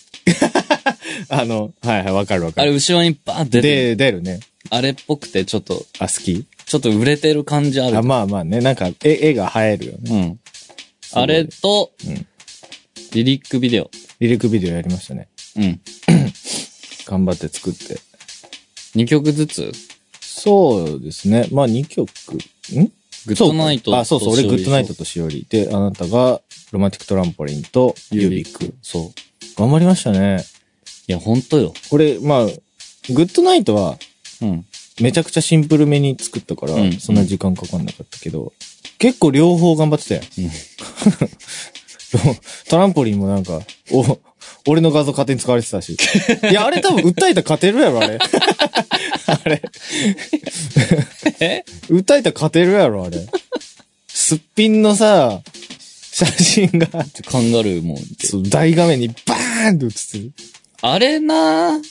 [SPEAKER 3] あの、はいはい、わかるわか
[SPEAKER 2] あれ
[SPEAKER 3] る。
[SPEAKER 2] 後ろにバーって出てる
[SPEAKER 3] で、出るね。
[SPEAKER 2] あれっぽくてちょっと、
[SPEAKER 3] あ、好き
[SPEAKER 2] ちょっと売れてる感じある
[SPEAKER 3] あ、。まあまあね、なんか、絵、絵が映えるよね。
[SPEAKER 2] うん。
[SPEAKER 3] ごい
[SPEAKER 2] あれと、
[SPEAKER 3] うん
[SPEAKER 2] リリックビデオ。
[SPEAKER 3] リリックビデオやりましたね。
[SPEAKER 2] うん。
[SPEAKER 3] 頑張って作って。
[SPEAKER 2] 2曲ずつ
[SPEAKER 3] そうですね。まあ2曲。ん
[SPEAKER 2] グッドナイト
[SPEAKER 3] そうかあ、そうそ
[SPEAKER 2] と
[SPEAKER 3] う。俺
[SPEAKER 2] しおり
[SPEAKER 3] グッドナイトとしおり。で、あなたがロマンティックトランポリンとユービック。
[SPEAKER 2] そう。い
[SPEAKER 3] 頑張りましたね。
[SPEAKER 2] や、ほんとよ。
[SPEAKER 3] これ、まあ、グッドナイトは
[SPEAKER 2] うん。
[SPEAKER 3] めちゃくちゃシンプルめに作ったから、
[SPEAKER 2] うん
[SPEAKER 3] そんな時間かかんなかったけど、結構両方頑張ってたよ。
[SPEAKER 2] うん
[SPEAKER 3] トランポリンもなんか、お、俺の画像勝手に使われてたし。いや、あれ多分訴えたら勝てるやろ、あれ。あ れ。
[SPEAKER 2] え
[SPEAKER 3] 歌えたら勝てるやろ、あれ。すっぴんのさ、写真が、
[SPEAKER 2] カンガルーもいて。
[SPEAKER 3] そう大画面にバーンって映ってる。
[SPEAKER 2] あれなぁ。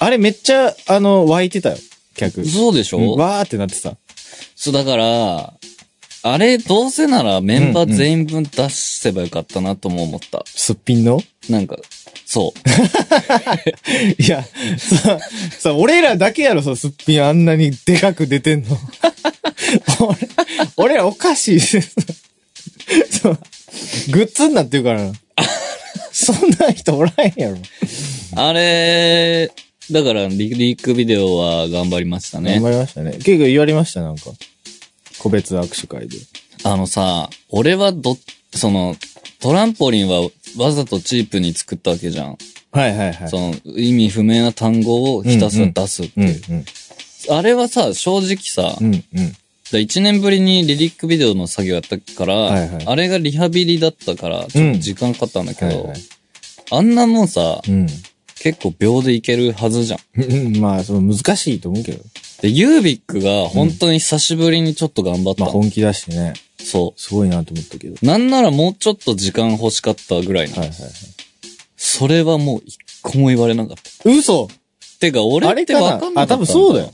[SPEAKER 3] あれめっちゃ、あの、湧いてたよ、客。
[SPEAKER 2] そうでしょ、
[SPEAKER 3] うんわーってなってた。
[SPEAKER 2] そう、だから、あれ、どうせならメンバー全員分出せばよかったなとも思った。
[SPEAKER 3] すっぴんの
[SPEAKER 2] なんか、そう。
[SPEAKER 3] いや、さ、さ、俺らだけやろ、そう、すっぴんあんなにでかく出てんの。俺、俺らおかしい。そう、グッズになってるからな。そんな人おらんやろ。
[SPEAKER 2] あれ、だからリ、リークビデオは頑張りました
[SPEAKER 3] 頑
[SPEAKER 2] ね。
[SPEAKER 3] 張りましたね。結構言われました、なんか。個別握手会で。
[SPEAKER 2] あのさ、俺はど、その、トランポリンはわざとチープに作ったわけじゃん。
[SPEAKER 3] はいはいはい。
[SPEAKER 2] その、意味不明な単語をひたすら出すって
[SPEAKER 3] うん
[SPEAKER 2] いうう。
[SPEAKER 3] ん。
[SPEAKER 2] あれはさ、正直さ、
[SPEAKER 3] うんうん。
[SPEAKER 2] 1年ぶりにリリックビデオの作業やったから、
[SPEAKER 3] はいはい
[SPEAKER 2] あれがリハビリだったから、ちょっと時間かかったんだけ
[SPEAKER 3] は
[SPEAKER 2] ど、
[SPEAKER 3] いはい。
[SPEAKER 2] あんなもんさ、
[SPEAKER 3] うん
[SPEAKER 2] 結構秒でいけるはずじゃん。
[SPEAKER 3] うん。 まあ、その難しいと思うけど。
[SPEAKER 2] で、ユービックが本当に久しぶりにちょっと頑張った
[SPEAKER 3] まあ
[SPEAKER 2] の、
[SPEAKER 3] 本気出してね、
[SPEAKER 2] そ
[SPEAKER 3] すごいなと思ったけど。
[SPEAKER 2] う。なんならもうちょっと時間欲しかったぐらいな。
[SPEAKER 3] はいはいは
[SPEAKER 2] それはもう一個も言われなかった。
[SPEAKER 3] い。嘘
[SPEAKER 2] てか、俺
[SPEAKER 3] あ
[SPEAKER 2] っ
[SPEAKER 3] れ
[SPEAKER 2] て
[SPEAKER 3] かな
[SPEAKER 2] わかんなかったん
[SPEAKER 3] あ、多分そうだよ。。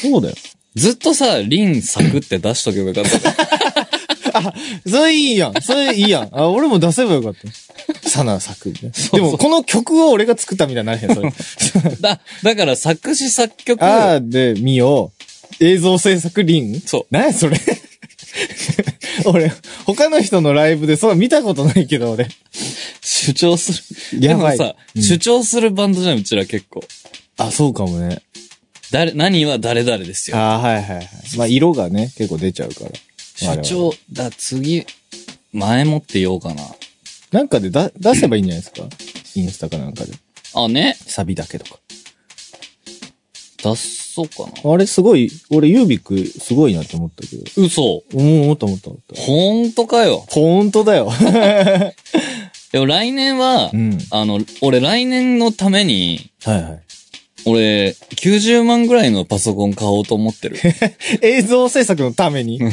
[SPEAKER 3] そうだよ。
[SPEAKER 2] ずっとさ、リンサクって出しとけばよか った。
[SPEAKER 3] それいいやん。それいいや ん。あ、俺も出せばよかった。サナ作、ね。
[SPEAKER 2] う
[SPEAKER 3] でも、この曲を俺が作ったみたいになるやん、それ。
[SPEAKER 2] だ、だから作詞作曲、
[SPEAKER 3] あーで、みよ、映像制作リン
[SPEAKER 2] そう。
[SPEAKER 3] 何やそれ 俺、他の人のライブで、そう見たことないけど、俺。
[SPEAKER 2] 主張する。で
[SPEAKER 3] や
[SPEAKER 2] も
[SPEAKER 3] ばい
[SPEAKER 2] さ、
[SPEAKER 3] うん
[SPEAKER 2] 主張するバンドじゃん、うちら結構。
[SPEAKER 3] あ、そうかもね。
[SPEAKER 2] 誰、何は誰々ですよ。
[SPEAKER 3] あーはいはいはい。まあ、色がね、結構出ちゃうから。
[SPEAKER 2] 主張、だ、次、前もって言おうかな。
[SPEAKER 3] なんかでだ出せばいいんじゃないですかインスタかなんかで。
[SPEAKER 2] あ、ね。
[SPEAKER 3] サビだけとか。
[SPEAKER 2] 出そうかな。
[SPEAKER 3] あれすごい、俺ユービックすごいなって思ったけど。
[SPEAKER 2] 嘘。
[SPEAKER 3] うん、思った思った思った。
[SPEAKER 2] ほんとかよ。
[SPEAKER 3] ほんとだよ。
[SPEAKER 2] でも来年は、
[SPEAKER 3] うん。
[SPEAKER 2] あの、俺来年のために、
[SPEAKER 3] はいはい。
[SPEAKER 2] 俺、90万ぐらいのパソコン買おうと思ってる。
[SPEAKER 3] 映像制作のために。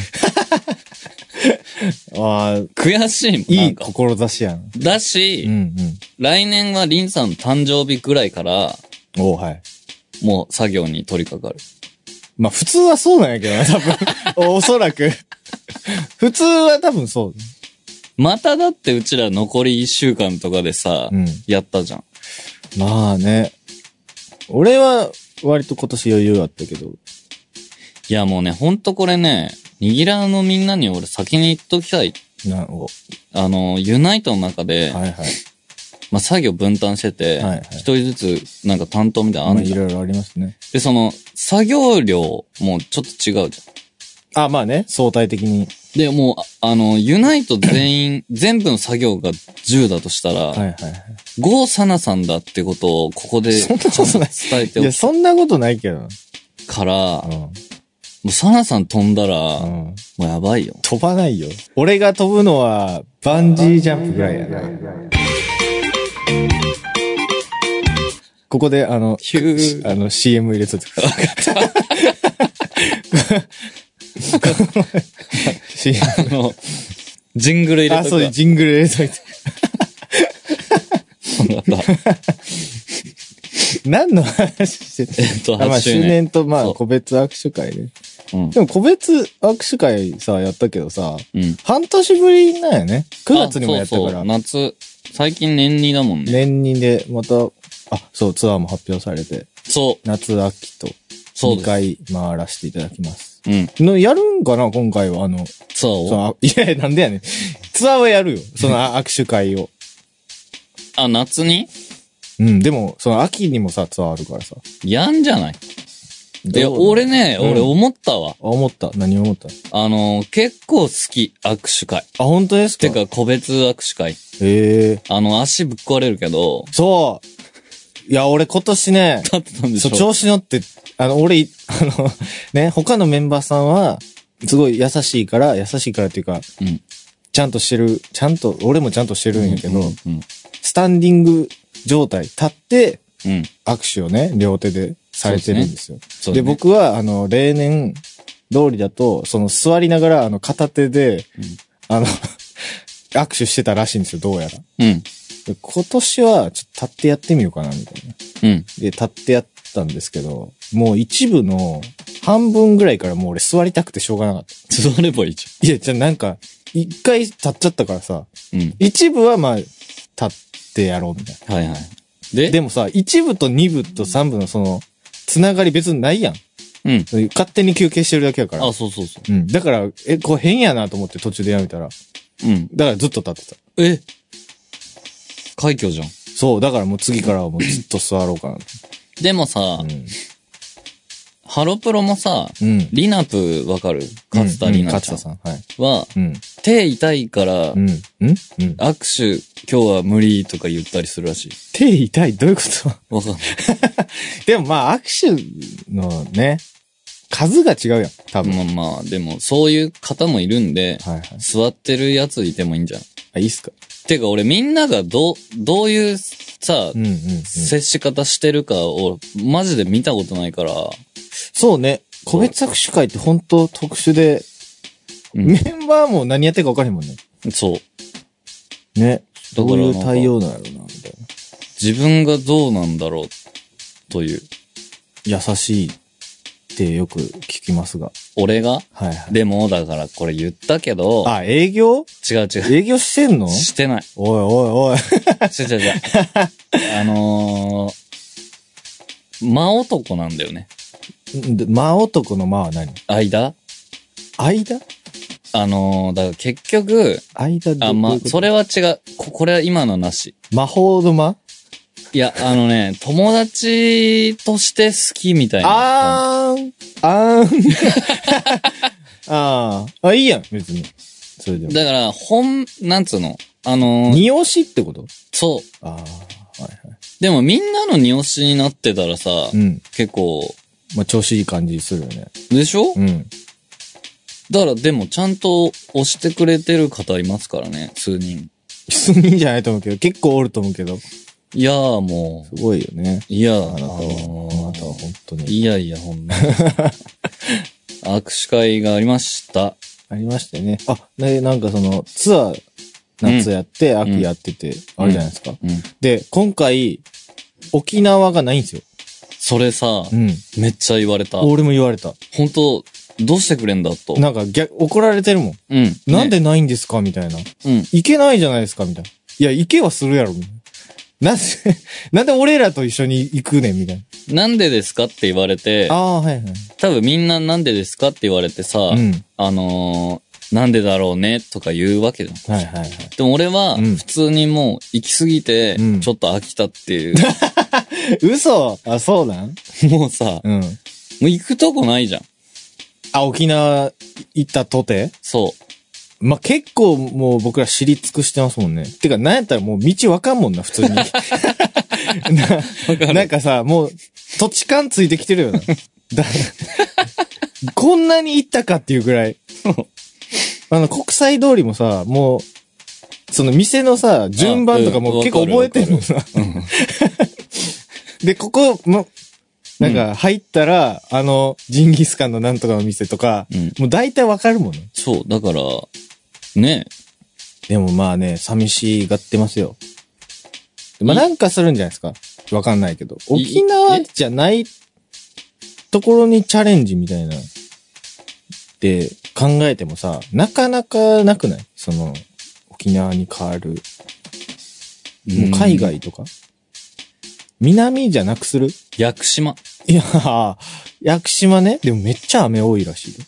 [SPEAKER 3] ああ、
[SPEAKER 2] 悔しいもん。
[SPEAKER 3] い
[SPEAKER 2] ないんか
[SPEAKER 3] 志やん。
[SPEAKER 2] だ
[SPEAKER 3] う
[SPEAKER 2] し、
[SPEAKER 3] ん
[SPEAKER 2] 来年はリンさんの誕生日ぐらいから、
[SPEAKER 3] うん。おうはい。
[SPEAKER 2] もう作業に取り掛かる。
[SPEAKER 3] まあ普通はそうなんやけどな、 多分。おおそらく。普通は多分そう。
[SPEAKER 2] まただってうちら残り1週間とかでさ、
[SPEAKER 3] うん。
[SPEAKER 2] やったじゃん。
[SPEAKER 3] まあね。俺は割と今年余裕あったけど。
[SPEAKER 2] いやもうね、ほんとこれね、ニギラーのみんなに俺先に言っときたい。
[SPEAKER 3] なお。は
[SPEAKER 2] あの、ユナイトの中で、
[SPEAKER 3] いはい。
[SPEAKER 2] まあ、作業分担してて、一、
[SPEAKER 3] はいはい
[SPEAKER 2] 人ずつなんか担当みたいなのあ
[SPEAKER 3] まあ
[SPEAKER 2] んじ
[SPEAKER 3] い
[SPEAKER 2] ゃん。
[SPEAKER 3] ろいろありますね。
[SPEAKER 2] で、その、作業量もちょっと違うじゃん。
[SPEAKER 3] あ、まあね。相対的に。
[SPEAKER 2] で、もう、ああの、ユナイト全 員、全部の作業が10だとしたら、
[SPEAKER 3] はいはいはい。
[SPEAKER 2] ゴーサナさんだってことをここでち
[SPEAKER 3] そ
[SPEAKER 2] ゃ
[SPEAKER 3] ん
[SPEAKER 2] ん
[SPEAKER 3] なこと
[SPEAKER 2] と
[SPEAKER 3] ない
[SPEAKER 2] 伝えて
[SPEAKER 3] い
[SPEAKER 2] お
[SPEAKER 3] や、
[SPEAKER 2] く
[SPEAKER 3] そんなことないけどな。
[SPEAKER 2] から
[SPEAKER 3] う、ん。
[SPEAKER 2] うサナさん飛んだら、
[SPEAKER 3] う
[SPEAKER 2] も
[SPEAKER 3] ん。
[SPEAKER 2] うやばい よ。
[SPEAKER 3] 飛ばないよ。俺が飛ぶのは、バンジージャンプぐらいやな。ここで、あの、
[SPEAKER 2] ヒュー
[SPEAKER 3] あの、CM 入れといて。わかった。CM。
[SPEAKER 2] あの、ジングル入れ
[SPEAKER 3] あ、
[SPEAKER 2] とく
[SPEAKER 3] そ
[SPEAKER 2] わ
[SPEAKER 3] う、ジングル入れといて。
[SPEAKER 2] わかった
[SPEAKER 3] 何の話して
[SPEAKER 2] えっと、
[SPEAKER 3] あま
[SPEAKER 2] 8
[SPEAKER 3] あ、周
[SPEAKER 2] 周年。
[SPEAKER 3] 年と、まあ、
[SPEAKER 2] そう
[SPEAKER 3] 個別握手会ね。
[SPEAKER 2] うん
[SPEAKER 3] でも、個別握手会さ、やったけどさ、
[SPEAKER 2] うん。
[SPEAKER 3] 半年ぶりなんやね。9月にもやった
[SPEAKER 2] あそ
[SPEAKER 3] か
[SPEAKER 2] うそう
[SPEAKER 3] ら、
[SPEAKER 2] 夏、最近年2だもんね。
[SPEAKER 3] 年にで、また、あ、そう、ツアーも発表されて、
[SPEAKER 2] そう、
[SPEAKER 3] 夏、秋と、
[SPEAKER 2] そう
[SPEAKER 3] 2
[SPEAKER 2] です。
[SPEAKER 3] 回回らせていただきます。
[SPEAKER 2] うん。
[SPEAKER 3] の、やるんかな今回は、あの、
[SPEAKER 2] ツアー
[SPEAKER 3] そ
[SPEAKER 2] を
[SPEAKER 3] のあいや、なんでやねん。ツアーはやるよ。そのあ握手会を。
[SPEAKER 2] あ、夏に
[SPEAKER 3] うん、でも、その秋にもさ、ツアーあるからさ。
[SPEAKER 2] やんじゃないい
[SPEAKER 3] ど
[SPEAKER 2] や、
[SPEAKER 3] うなの
[SPEAKER 2] 俺ね、
[SPEAKER 3] うん
[SPEAKER 2] 俺思ったわ。
[SPEAKER 3] あ、思った。何を思った
[SPEAKER 2] あの、結構好き、握手会。
[SPEAKER 3] あ、本当ですか
[SPEAKER 2] て、か、個別握手会。
[SPEAKER 3] ええ
[SPEAKER 2] あの、足ぶっ壊れるけど、
[SPEAKER 3] そう。いや、俺今年ね、
[SPEAKER 2] 立ってたんでし
[SPEAKER 3] そ
[SPEAKER 2] ょ
[SPEAKER 3] う、調子乗って、あの、俺、 あの、ね、他のメンバーさんは、すごい優しいから、優しいからっていうか、
[SPEAKER 2] うん
[SPEAKER 3] ちゃんとしてる、ちゃんと、俺もちゃんとしてるんやけ
[SPEAKER 2] う
[SPEAKER 3] ど、
[SPEAKER 2] んうん
[SPEAKER 3] スタンディング状態立って、
[SPEAKER 2] うん。うん。
[SPEAKER 3] 握手をね、両手でされてるんですよ。で
[SPEAKER 2] そうだね
[SPEAKER 3] 僕は、あの、例年通りだと、その座りながら、あの、片手で、
[SPEAKER 2] うん
[SPEAKER 3] あの、握手してたらしいんですよ、どうやら。
[SPEAKER 2] うん。
[SPEAKER 3] で今年は、ちょっと立ってやってみようかな、みたいな。
[SPEAKER 2] うん。
[SPEAKER 3] で、立ってやったんですけど、もう一部の半分ぐらいからもう俺座りたくてしょうがなかった。
[SPEAKER 2] 座ればいいじ
[SPEAKER 3] いや、じゃあなんか、一回立っちゃったからさ、
[SPEAKER 2] ゃん。うん。
[SPEAKER 3] 一部はまあ、立ってやろうみたい
[SPEAKER 2] はいはい。
[SPEAKER 3] な。
[SPEAKER 2] で、
[SPEAKER 3] でもさ、一部と二部と三部のその、つながり別にないやん。
[SPEAKER 2] うん。
[SPEAKER 3] 勝手に休憩してるだけやから。
[SPEAKER 2] あ、そうそうそ
[SPEAKER 3] うん。だから、え、こう変やなと思って途中でやめたら。
[SPEAKER 2] う。うん。
[SPEAKER 3] だからずっと立ってた。
[SPEAKER 2] え快挙じゃん。
[SPEAKER 3] そう、だからもう次からはもうずっと座ろうかなと。
[SPEAKER 2] でもさ、
[SPEAKER 3] う
[SPEAKER 2] ハロプロもさ、
[SPEAKER 3] ん。うん。
[SPEAKER 2] リナプわかる勝田
[SPEAKER 3] うん
[SPEAKER 2] リナ
[SPEAKER 3] 勝
[SPEAKER 2] ちゃ
[SPEAKER 3] 田
[SPEAKER 2] ん
[SPEAKER 3] さん。はい。
[SPEAKER 2] は、
[SPEAKER 3] うん。
[SPEAKER 2] 手痛いから
[SPEAKER 3] う、ん。うんうん。
[SPEAKER 2] 握手今日は無理とか言ったりするらしい。
[SPEAKER 3] 手痛いどういうこと
[SPEAKER 2] わかんない。
[SPEAKER 3] でもまあ、握手のね、数が違うやん。多分。
[SPEAKER 2] まあまあ、でも、そういう方もいるんで、
[SPEAKER 3] はいはい。
[SPEAKER 2] 座ってるやついてもいいんじゃん。
[SPEAKER 3] あ、いいっすか。
[SPEAKER 2] てか、俺みんながどう、どういうさ、
[SPEAKER 3] うんうん、うん。
[SPEAKER 2] 接し方してるかを、マジで見たことないから、
[SPEAKER 3] そうね。個別握手会って本当特殊で、
[SPEAKER 2] うん
[SPEAKER 3] メンバーも何やってるか分からへんもんね。
[SPEAKER 2] そう。
[SPEAKER 3] ね。
[SPEAKER 2] だ
[SPEAKER 3] ど
[SPEAKER 2] からな
[SPEAKER 3] う
[SPEAKER 2] いん
[SPEAKER 3] う
[SPEAKER 2] か
[SPEAKER 3] 対応なんやろうな、みたい
[SPEAKER 2] 自分がどうなんだろう、という。
[SPEAKER 3] な。優しいってよく聞きますが。
[SPEAKER 2] 俺が
[SPEAKER 3] はいはい。
[SPEAKER 2] でも、だからこれ言ったけど、
[SPEAKER 3] あ、営業
[SPEAKER 2] 違う違う。
[SPEAKER 3] 営業してんの
[SPEAKER 2] してない。
[SPEAKER 3] おいおいおい。
[SPEAKER 2] 違う違う違う。あのー、真男なんだよね。
[SPEAKER 3] で間男の間は何
[SPEAKER 2] 間
[SPEAKER 3] 間
[SPEAKER 2] あのー、だから結局、
[SPEAKER 3] 間で
[SPEAKER 2] あ、ま、それ
[SPEAKER 3] は。
[SPEAKER 2] は違う。こ、これは今のなし。
[SPEAKER 3] 魔法の間
[SPEAKER 2] いや、あのね、友達として好きみたいな。
[SPEAKER 3] あーん。あーん。 あー。あ、いいやん、別に。それでも。
[SPEAKER 2] だから、本、なんつうのあのー、
[SPEAKER 3] 匂しってこと
[SPEAKER 2] そう。
[SPEAKER 3] あー。はいは
[SPEAKER 2] でもみんなの匂しになってたらさ、
[SPEAKER 3] い。うん。
[SPEAKER 2] 結構、
[SPEAKER 3] まあ、調子いい感じするよね。
[SPEAKER 2] でしょ
[SPEAKER 3] うん。
[SPEAKER 2] だから、でもちゃんと押してくれてる方いますからね、数人。
[SPEAKER 3] 数人じゃないと思うけど、結構おると思うけど。す
[SPEAKER 2] いやーもう、
[SPEAKER 3] ごいよね。
[SPEAKER 2] いやー
[SPEAKER 3] あなたは、あなたは本当に。
[SPEAKER 2] いやいや、ほん まに。握手会がありました。
[SPEAKER 3] ありましてね。あ、ね、なんかその、ツアー、夏やって、秋やってて、あるじゃないですか。
[SPEAKER 2] うん。
[SPEAKER 3] で、今回、沖縄がないんですよ。
[SPEAKER 2] それさ、
[SPEAKER 3] うん。
[SPEAKER 2] めっちゃ言われた。
[SPEAKER 3] 俺も言われた。
[SPEAKER 2] 本当どうしてくれんだと。
[SPEAKER 3] なんか逆、怒られてるもん。
[SPEAKER 2] うん。ね
[SPEAKER 3] なんでないんですかみたいな。
[SPEAKER 2] うん。
[SPEAKER 3] 行けないじゃないですかみたいな。いや、行けはするやろ。みたいななんで、 なんで俺らと一緒に行くねんみたい
[SPEAKER 2] なんでですかって言われて
[SPEAKER 3] な。、ああー、はいはい。
[SPEAKER 2] 多分みんななんでですかって言われてさ、
[SPEAKER 3] うん。
[SPEAKER 2] あのー、なんでだろうねとか言うわけじゃん。
[SPEAKER 3] はいはいはい。
[SPEAKER 2] でも俺は、
[SPEAKER 3] うん
[SPEAKER 2] 普通にもう行き過ぎて
[SPEAKER 3] うん、
[SPEAKER 2] ちょっと飽きたっていう。
[SPEAKER 3] 嘘あ、そうなん
[SPEAKER 2] もうさ、も
[SPEAKER 3] うん。
[SPEAKER 2] う行くとこないじゃん。
[SPEAKER 3] あ、沖縄行ったとて
[SPEAKER 2] そ
[SPEAKER 3] まあ、結構もう僕ら知り尽くしてますもんね。てか、なんやったらもう道わかんもんな、普通 に。
[SPEAKER 2] う。わか
[SPEAKER 3] な
[SPEAKER 2] る。
[SPEAKER 3] んかさ、もう、土地勘ついてきてるよな。だこんなに行ったかっていうぐらい。あの、国際通りもさ、もう、その店のさ、順番とか
[SPEAKER 2] うん
[SPEAKER 3] も
[SPEAKER 2] わか
[SPEAKER 3] 結
[SPEAKER 2] る
[SPEAKER 3] 構覚えてるのさ。 で、ここも、なんか入ったら、あの、ジンギスカンのなんとかの店とか、
[SPEAKER 2] うん
[SPEAKER 3] もう大体わかるもんね。
[SPEAKER 2] そう、だから、ね。
[SPEAKER 3] でもまあね、寂しがってますよ。まあなんかするんじゃないですかわかんないけど。沖縄じゃないところにチャレンジみたいなって考えてもさ、なかなかなくないその、沖縄に変わる。もう海
[SPEAKER 2] ん。
[SPEAKER 3] 外とか、南じゃなくする
[SPEAKER 2] 屋久島。
[SPEAKER 3] いやー、屋久島ね。でもめっちゃ雨多いらしいよ。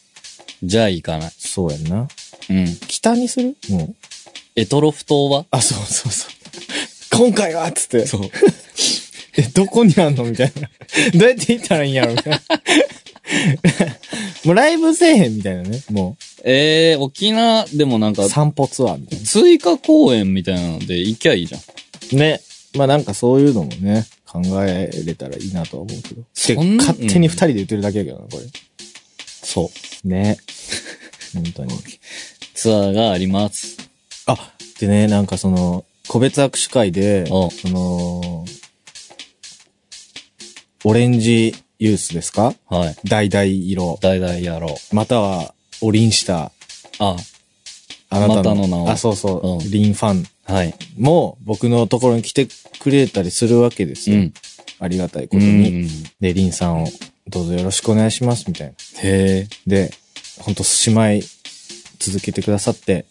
[SPEAKER 2] じゃあ行かない。
[SPEAKER 3] そうやんな。
[SPEAKER 2] うん。
[SPEAKER 3] 北にするもう。
[SPEAKER 2] エトロフ島は
[SPEAKER 3] あ、そうそうそう。今回はっつって。
[SPEAKER 2] そう。
[SPEAKER 3] え、どこにあんのみたいな。 どうやって行ったらいいんやろみたいな。 もうライブせえへんみたいなね。も
[SPEAKER 2] ええー、沖縄でもなんか
[SPEAKER 3] う、、散歩ツアーみたい
[SPEAKER 2] 追加公演みたいなので行きゃいいじゃん。
[SPEAKER 3] な。ね。まあなんかそういうのもね、考えれたらいいなとは思うけど。
[SPEAKER 2] そん
[SPEAKER 3] てか勝手に二人で言ってるだけやけどな、これ。
[SPEAKER 2] そう。
[SPEAKER 3] ね。本当に。
[SPEAKER 2] ツアーがあります。
[SPEAKER 3] あ、でね、なんかその、個別握手会で、
[SPEAKER 2] お
[SPEAKER 3] その、オレンジユースですか
[SPEAKER 2] はい。
[SPEAKER 3] 橙色。
[SPEAKER 2] 大々やろう。
[SPEAKER 3] または、おりんした、
[SPEAKER 2] あ、
[SPEAKER 3] あなたの。
[SPEAKER 2] またの名を
[SPEAKER 3] あ、そうそう。
[SPEAKER 2] うん
[SPEAKER 3] リンファン
[SPEAKER 2] はい。
[SPEAKER 3] も、僕のところに来てくれたりするわけです
[SPEAKER 2] う
[SPEAKER 3] よ。
[SPEAKER 2] ん。
[SPEAKER 3] ありがたいこ
[SPEAKER 2] う
[SPEAKER 3] と
[SPEAKER 2] ん
[SPEAKER 3] に。
[SPEAKER 2] うん。
[SPEAKER 3] で、リンさんを、どうぞよろしくお願いします、みたいな。
[SPEAKER 2] へえ。
[SPEAKER 3] で、ほんと、姉妹、続けてくださって、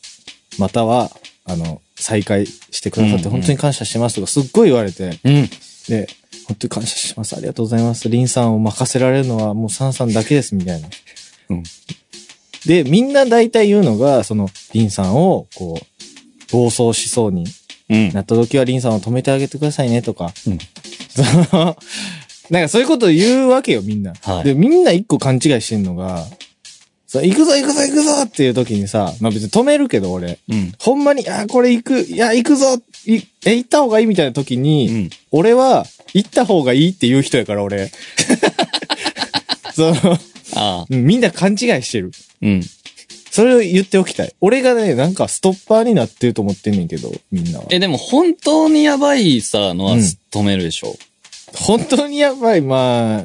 [SPEAKER 3] または、あの、再会してくださっ
[SPEAKER 2] うんう
[SPEAKER 3] て、
[SPEAKER 2] ん
[SPEAKER 3] 本当に感謝してますとか、すっごい言われて、
[SPEAKER 2] うん。
[SPEAKER 3] で、本当に感謝します。ありがとうございます。リンさんを任せられるのはもうサンさんだけです、みたいな。
[SPEAKER 2] うん
[SPEAKER 3] で、みんな大体言うのが、その、リンさんを、こう、暴走しそうに
[SPEAKER 2] うん。
[SPEAKER 3] なった時はリンさんを止めてあげてくださいね、とか。
[SPEAKER 2] うん
[SPEAKER 3] その、なんかそういうこと言うわけよ、みんな。
[SPEAKER 2] はい
[SPEAKER 3] で、みんな一個勘違いしてんのが、そう行くぞ行くぞ行くぞっていう時にさ、まあ別に止めるけど俺、
[SPEAKER 2] うん。
[SPEAKER 3] ほんまに、あー、これ行く、いや、行くぞいえ、行った方がいいみたいな時に、
[SPEAKER 2] うん。
[SPEAKER 3] 俺は、行った方がいいって言う人やから、 俺。その、
[SPEAKER 2] ああ。
[SPEAKER 3] みんな勘違いしてる。
[SPEAKER 2] うん。
[SPEAKER 3] それを言っておきたい。俺がね、なんかストッパーになってると思ってんねんけど、みんなは。
[SPEAKER 2] え、でも本当にやばいさ、のは
[SPEAKER 3] うん
[SPEAKER 2] 止めるでしょ。
[SPEAKER 3] 本当にやばい、まあ、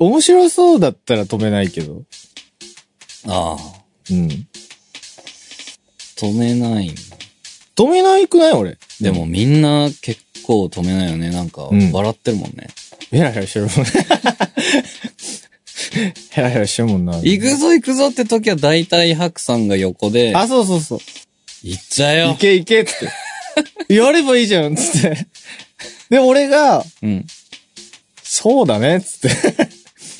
[SPEAKER 3] 面白そうだったら止めないけど。
[SPEAKER 2] ああ。
[SPEAKER 3] うん。
[SPEAKER 2] 止めない。
[SPEAKER 3] 止めないくない俺。
[SPEAKER 2] でもみんな結構止めないよね。なんか、
[SPEAKER 3] うん
[SPEAKER 2] 笑ってるもんね。
[SPEAKER 3] ヘラヘラしてる もんね。ヘラヘラしてるもんな。
[SPEAKER 2] 行くぞ行くぞって時は大体白さんが横で、
[SPEAKER 3] あ、そうそうそう。
[SPEAKER 2] 行っちゃえ
[SPEAKER 3] 行
[SPEAKER 2] よ。
[SPEAKER 3] け行 けって。やればいいじゃん、つって。で、俺が、
[SPEAKER 2] うん。
[SPEAKER 3] そうだね、つって。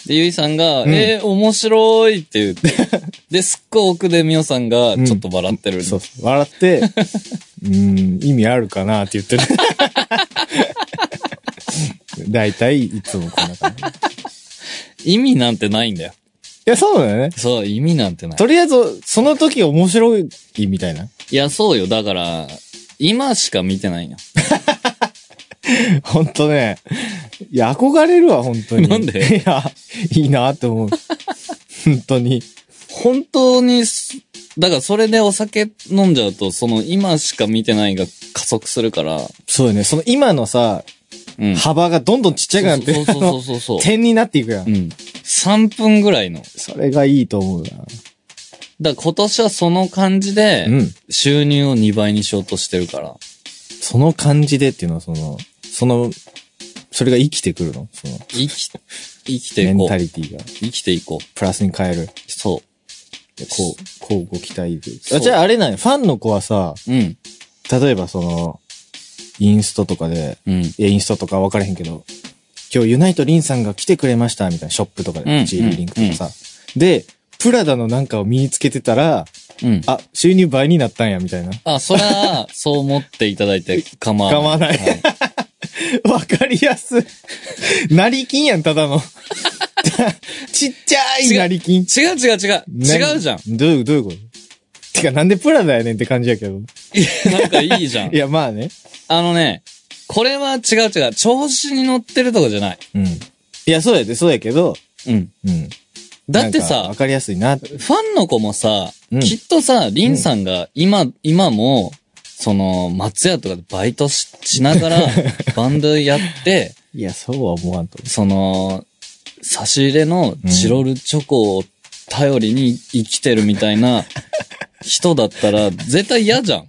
[SPEAKER 2] で、ゆいさんが、
[SPEAKER 3] うん
[SPEAKER 2] えー、面白いって言って。 で、すっごい奥でみおさんが、
[SPEAKER 3] うん
[SPEAKER 2] ちょっと笑ってる。
[SPEAKER 3] そうそう。笑って、うーん、意味あるかなって言って る。大体、いつもこんな感じ。い
[SPEAKER 2] 意味なんてないんだよ。
[SPEAKER 3] や、そうだよね。
[SPEAKER 2] そう、意味なんてない。
[SPEAKER 3] とりあえず、その時面白いみたいな。
[SPEAKER 2] いや、そうよ。だから、今しか見てないよ。
[SPEAKER 3] ほんとね。いや、憧れるわ、本当に。
[SPEAKER 2] なんで
[SPEAKER 3] いや、いいなって思う。本当に。
[SPEAKER 2] 本当にす、だからそれでお酒飲んじゃうと、その今しか見てないが加速するから、
[SPEAKER 3] そうよね。その今のさ、
[SPEAKER 2] うん。
[SPEAKER 3] 幅がどんどんちっちゃくなって、
[SPEAKER 2] そうそうそうそうそうそう。
[SPEAKER 3] 点になっていくやん。
[SPEAKER 2] うん。3分ぐらいの。
[SPEAKER 3] それがいいと思うな。
[SPEAKER 2] だから今年はその感じで、
[SPEAKER 3] うん。
[SPEAKER 2] 収入を2倍にしようとしてるから。
[SPEAKER 3] その感じでっていうのは、その、その、それが生きてくるのその、
[SPEAKER 2] 生き、生きて
[SPEAKER 3] メ
[SPEAKER 2] いこ
[SPEAKER 3] ン
[SPEAKER 2] う
[SPEAKER 3] タ。リティが。
[SPEAKER 2] 生きていこう。
[SPEAKER 3] プラスに変える。
[SPEAKER 2] そ
[SPEAKER 3] でこう、こうご期待で
[SPEAKER 2] そう
[SPEAKER 3] あじゃああれなんやファンの子はさ、
[SPEAKER 2] う。うん。
[SPEAKER 3] 例えばその、インストとかで、
[SPEAKER 2] うん。
[SPEAKER 3] いや、インストとか分からへんけど、今日ユナイトリンさんが来てくれました、みたいな、ショップとか
[SPEAKER 2] う
[SPEAKER 3] で、
[SPEAKER 2] ん
[SPEAKER 3] GB リンクとかさ。で、プラダのなんかを身につけてたら、
[SPEAKER 2] うん。
[SPEAKER 3] あ、収入倍になったんや、みたいな。
[SPEAKER 2] あ、それは、そう思っていただいて構わない。
[SPEAKER 3] 構わない
[SPEAKER 2] はい
[SPEAKER 3] わかりやすい。成金やん、ただ の。ちっちゃい成金。
[SPEAKER 2] 違う違う違う。違うじゃん。
[SPEAKER 3] ん。どういう、どういうことてか、なんでプラダやねんって感じやけど。
[SPEAKER 2] いやなんかいいじゃん
[SPEAKER 3] い。や、まあね。
[SPEAKER 2] あのね、これは違う違う。調子に乗ってるとかじゃない。
[SPEAKER 3] うん。いや、そうやで、そうやけど、
[SPEAKER 2] うん。
[SPEAKER 3] うん。
[SPEAKER 2] だって
[SPEAKER 3] なんか
[SPEAKER 2] さ
[SPEAKER 3] わ、かりやすいな。
[SPEAKER 2] ファンの子もさ、
[SPEAKER 3] うん
[SPEAKER 2] きっとさ、リンさんが今、今も、その、松屋とかでバイトししなが ら、バンドやって、
[SPEAKER 3] いや、そうは思わんと思
[SPEAKER 2] その、差し入れのチロルチョコを頼りに生きてるみたい な人だったら、絶対嫌じゃん。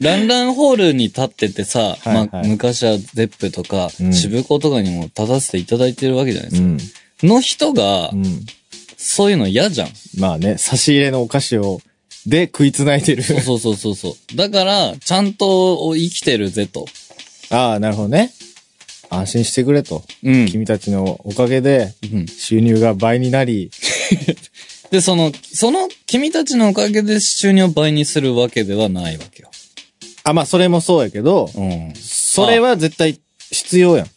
[SPEAKER 2] ランランホールに立っててさ、
[SPEAKER 3] はいはい
[SPEAKER 2] まあ、昔はゼップとか、
[SPEAKER 3] うん
[SPEAKER 2] 渋子とかにも立たせていただいてるわけじゃないで
[SPEAKER 3] う。う
[SPEAKER 2] すか。
[SPEAKER 3] ん。
[SPEAKER 2] の人が
[SPEAKER 3] う、ん。
[SPEAKER 2] そういうの嫌じゃん。
[SPEAKER 3] まあね、差し入れのお菓子を、で食いつないでる。
[SPEAKER 2] そうそうそうそうそう。だから、ちゃんと生きてるぜと。
[SPEAKER 3] ああ、なるほどね。安心してくれと。
[SPEAKER 2] うん。
[SPEAKER 3] 君たちのおかげで、
[SPEAKER 2] うん
[SPEAKER 3] 収入が倍になり、
[SPEAKER 2] で、その、その、君たちのおかげで収入を倍にするわけではないわけよ。
[SPEAKER 3] あ、まあ、それもそうやけど、
[SPEAKER 2] うん。
[SPEAKER 3] それは絶対必要やん。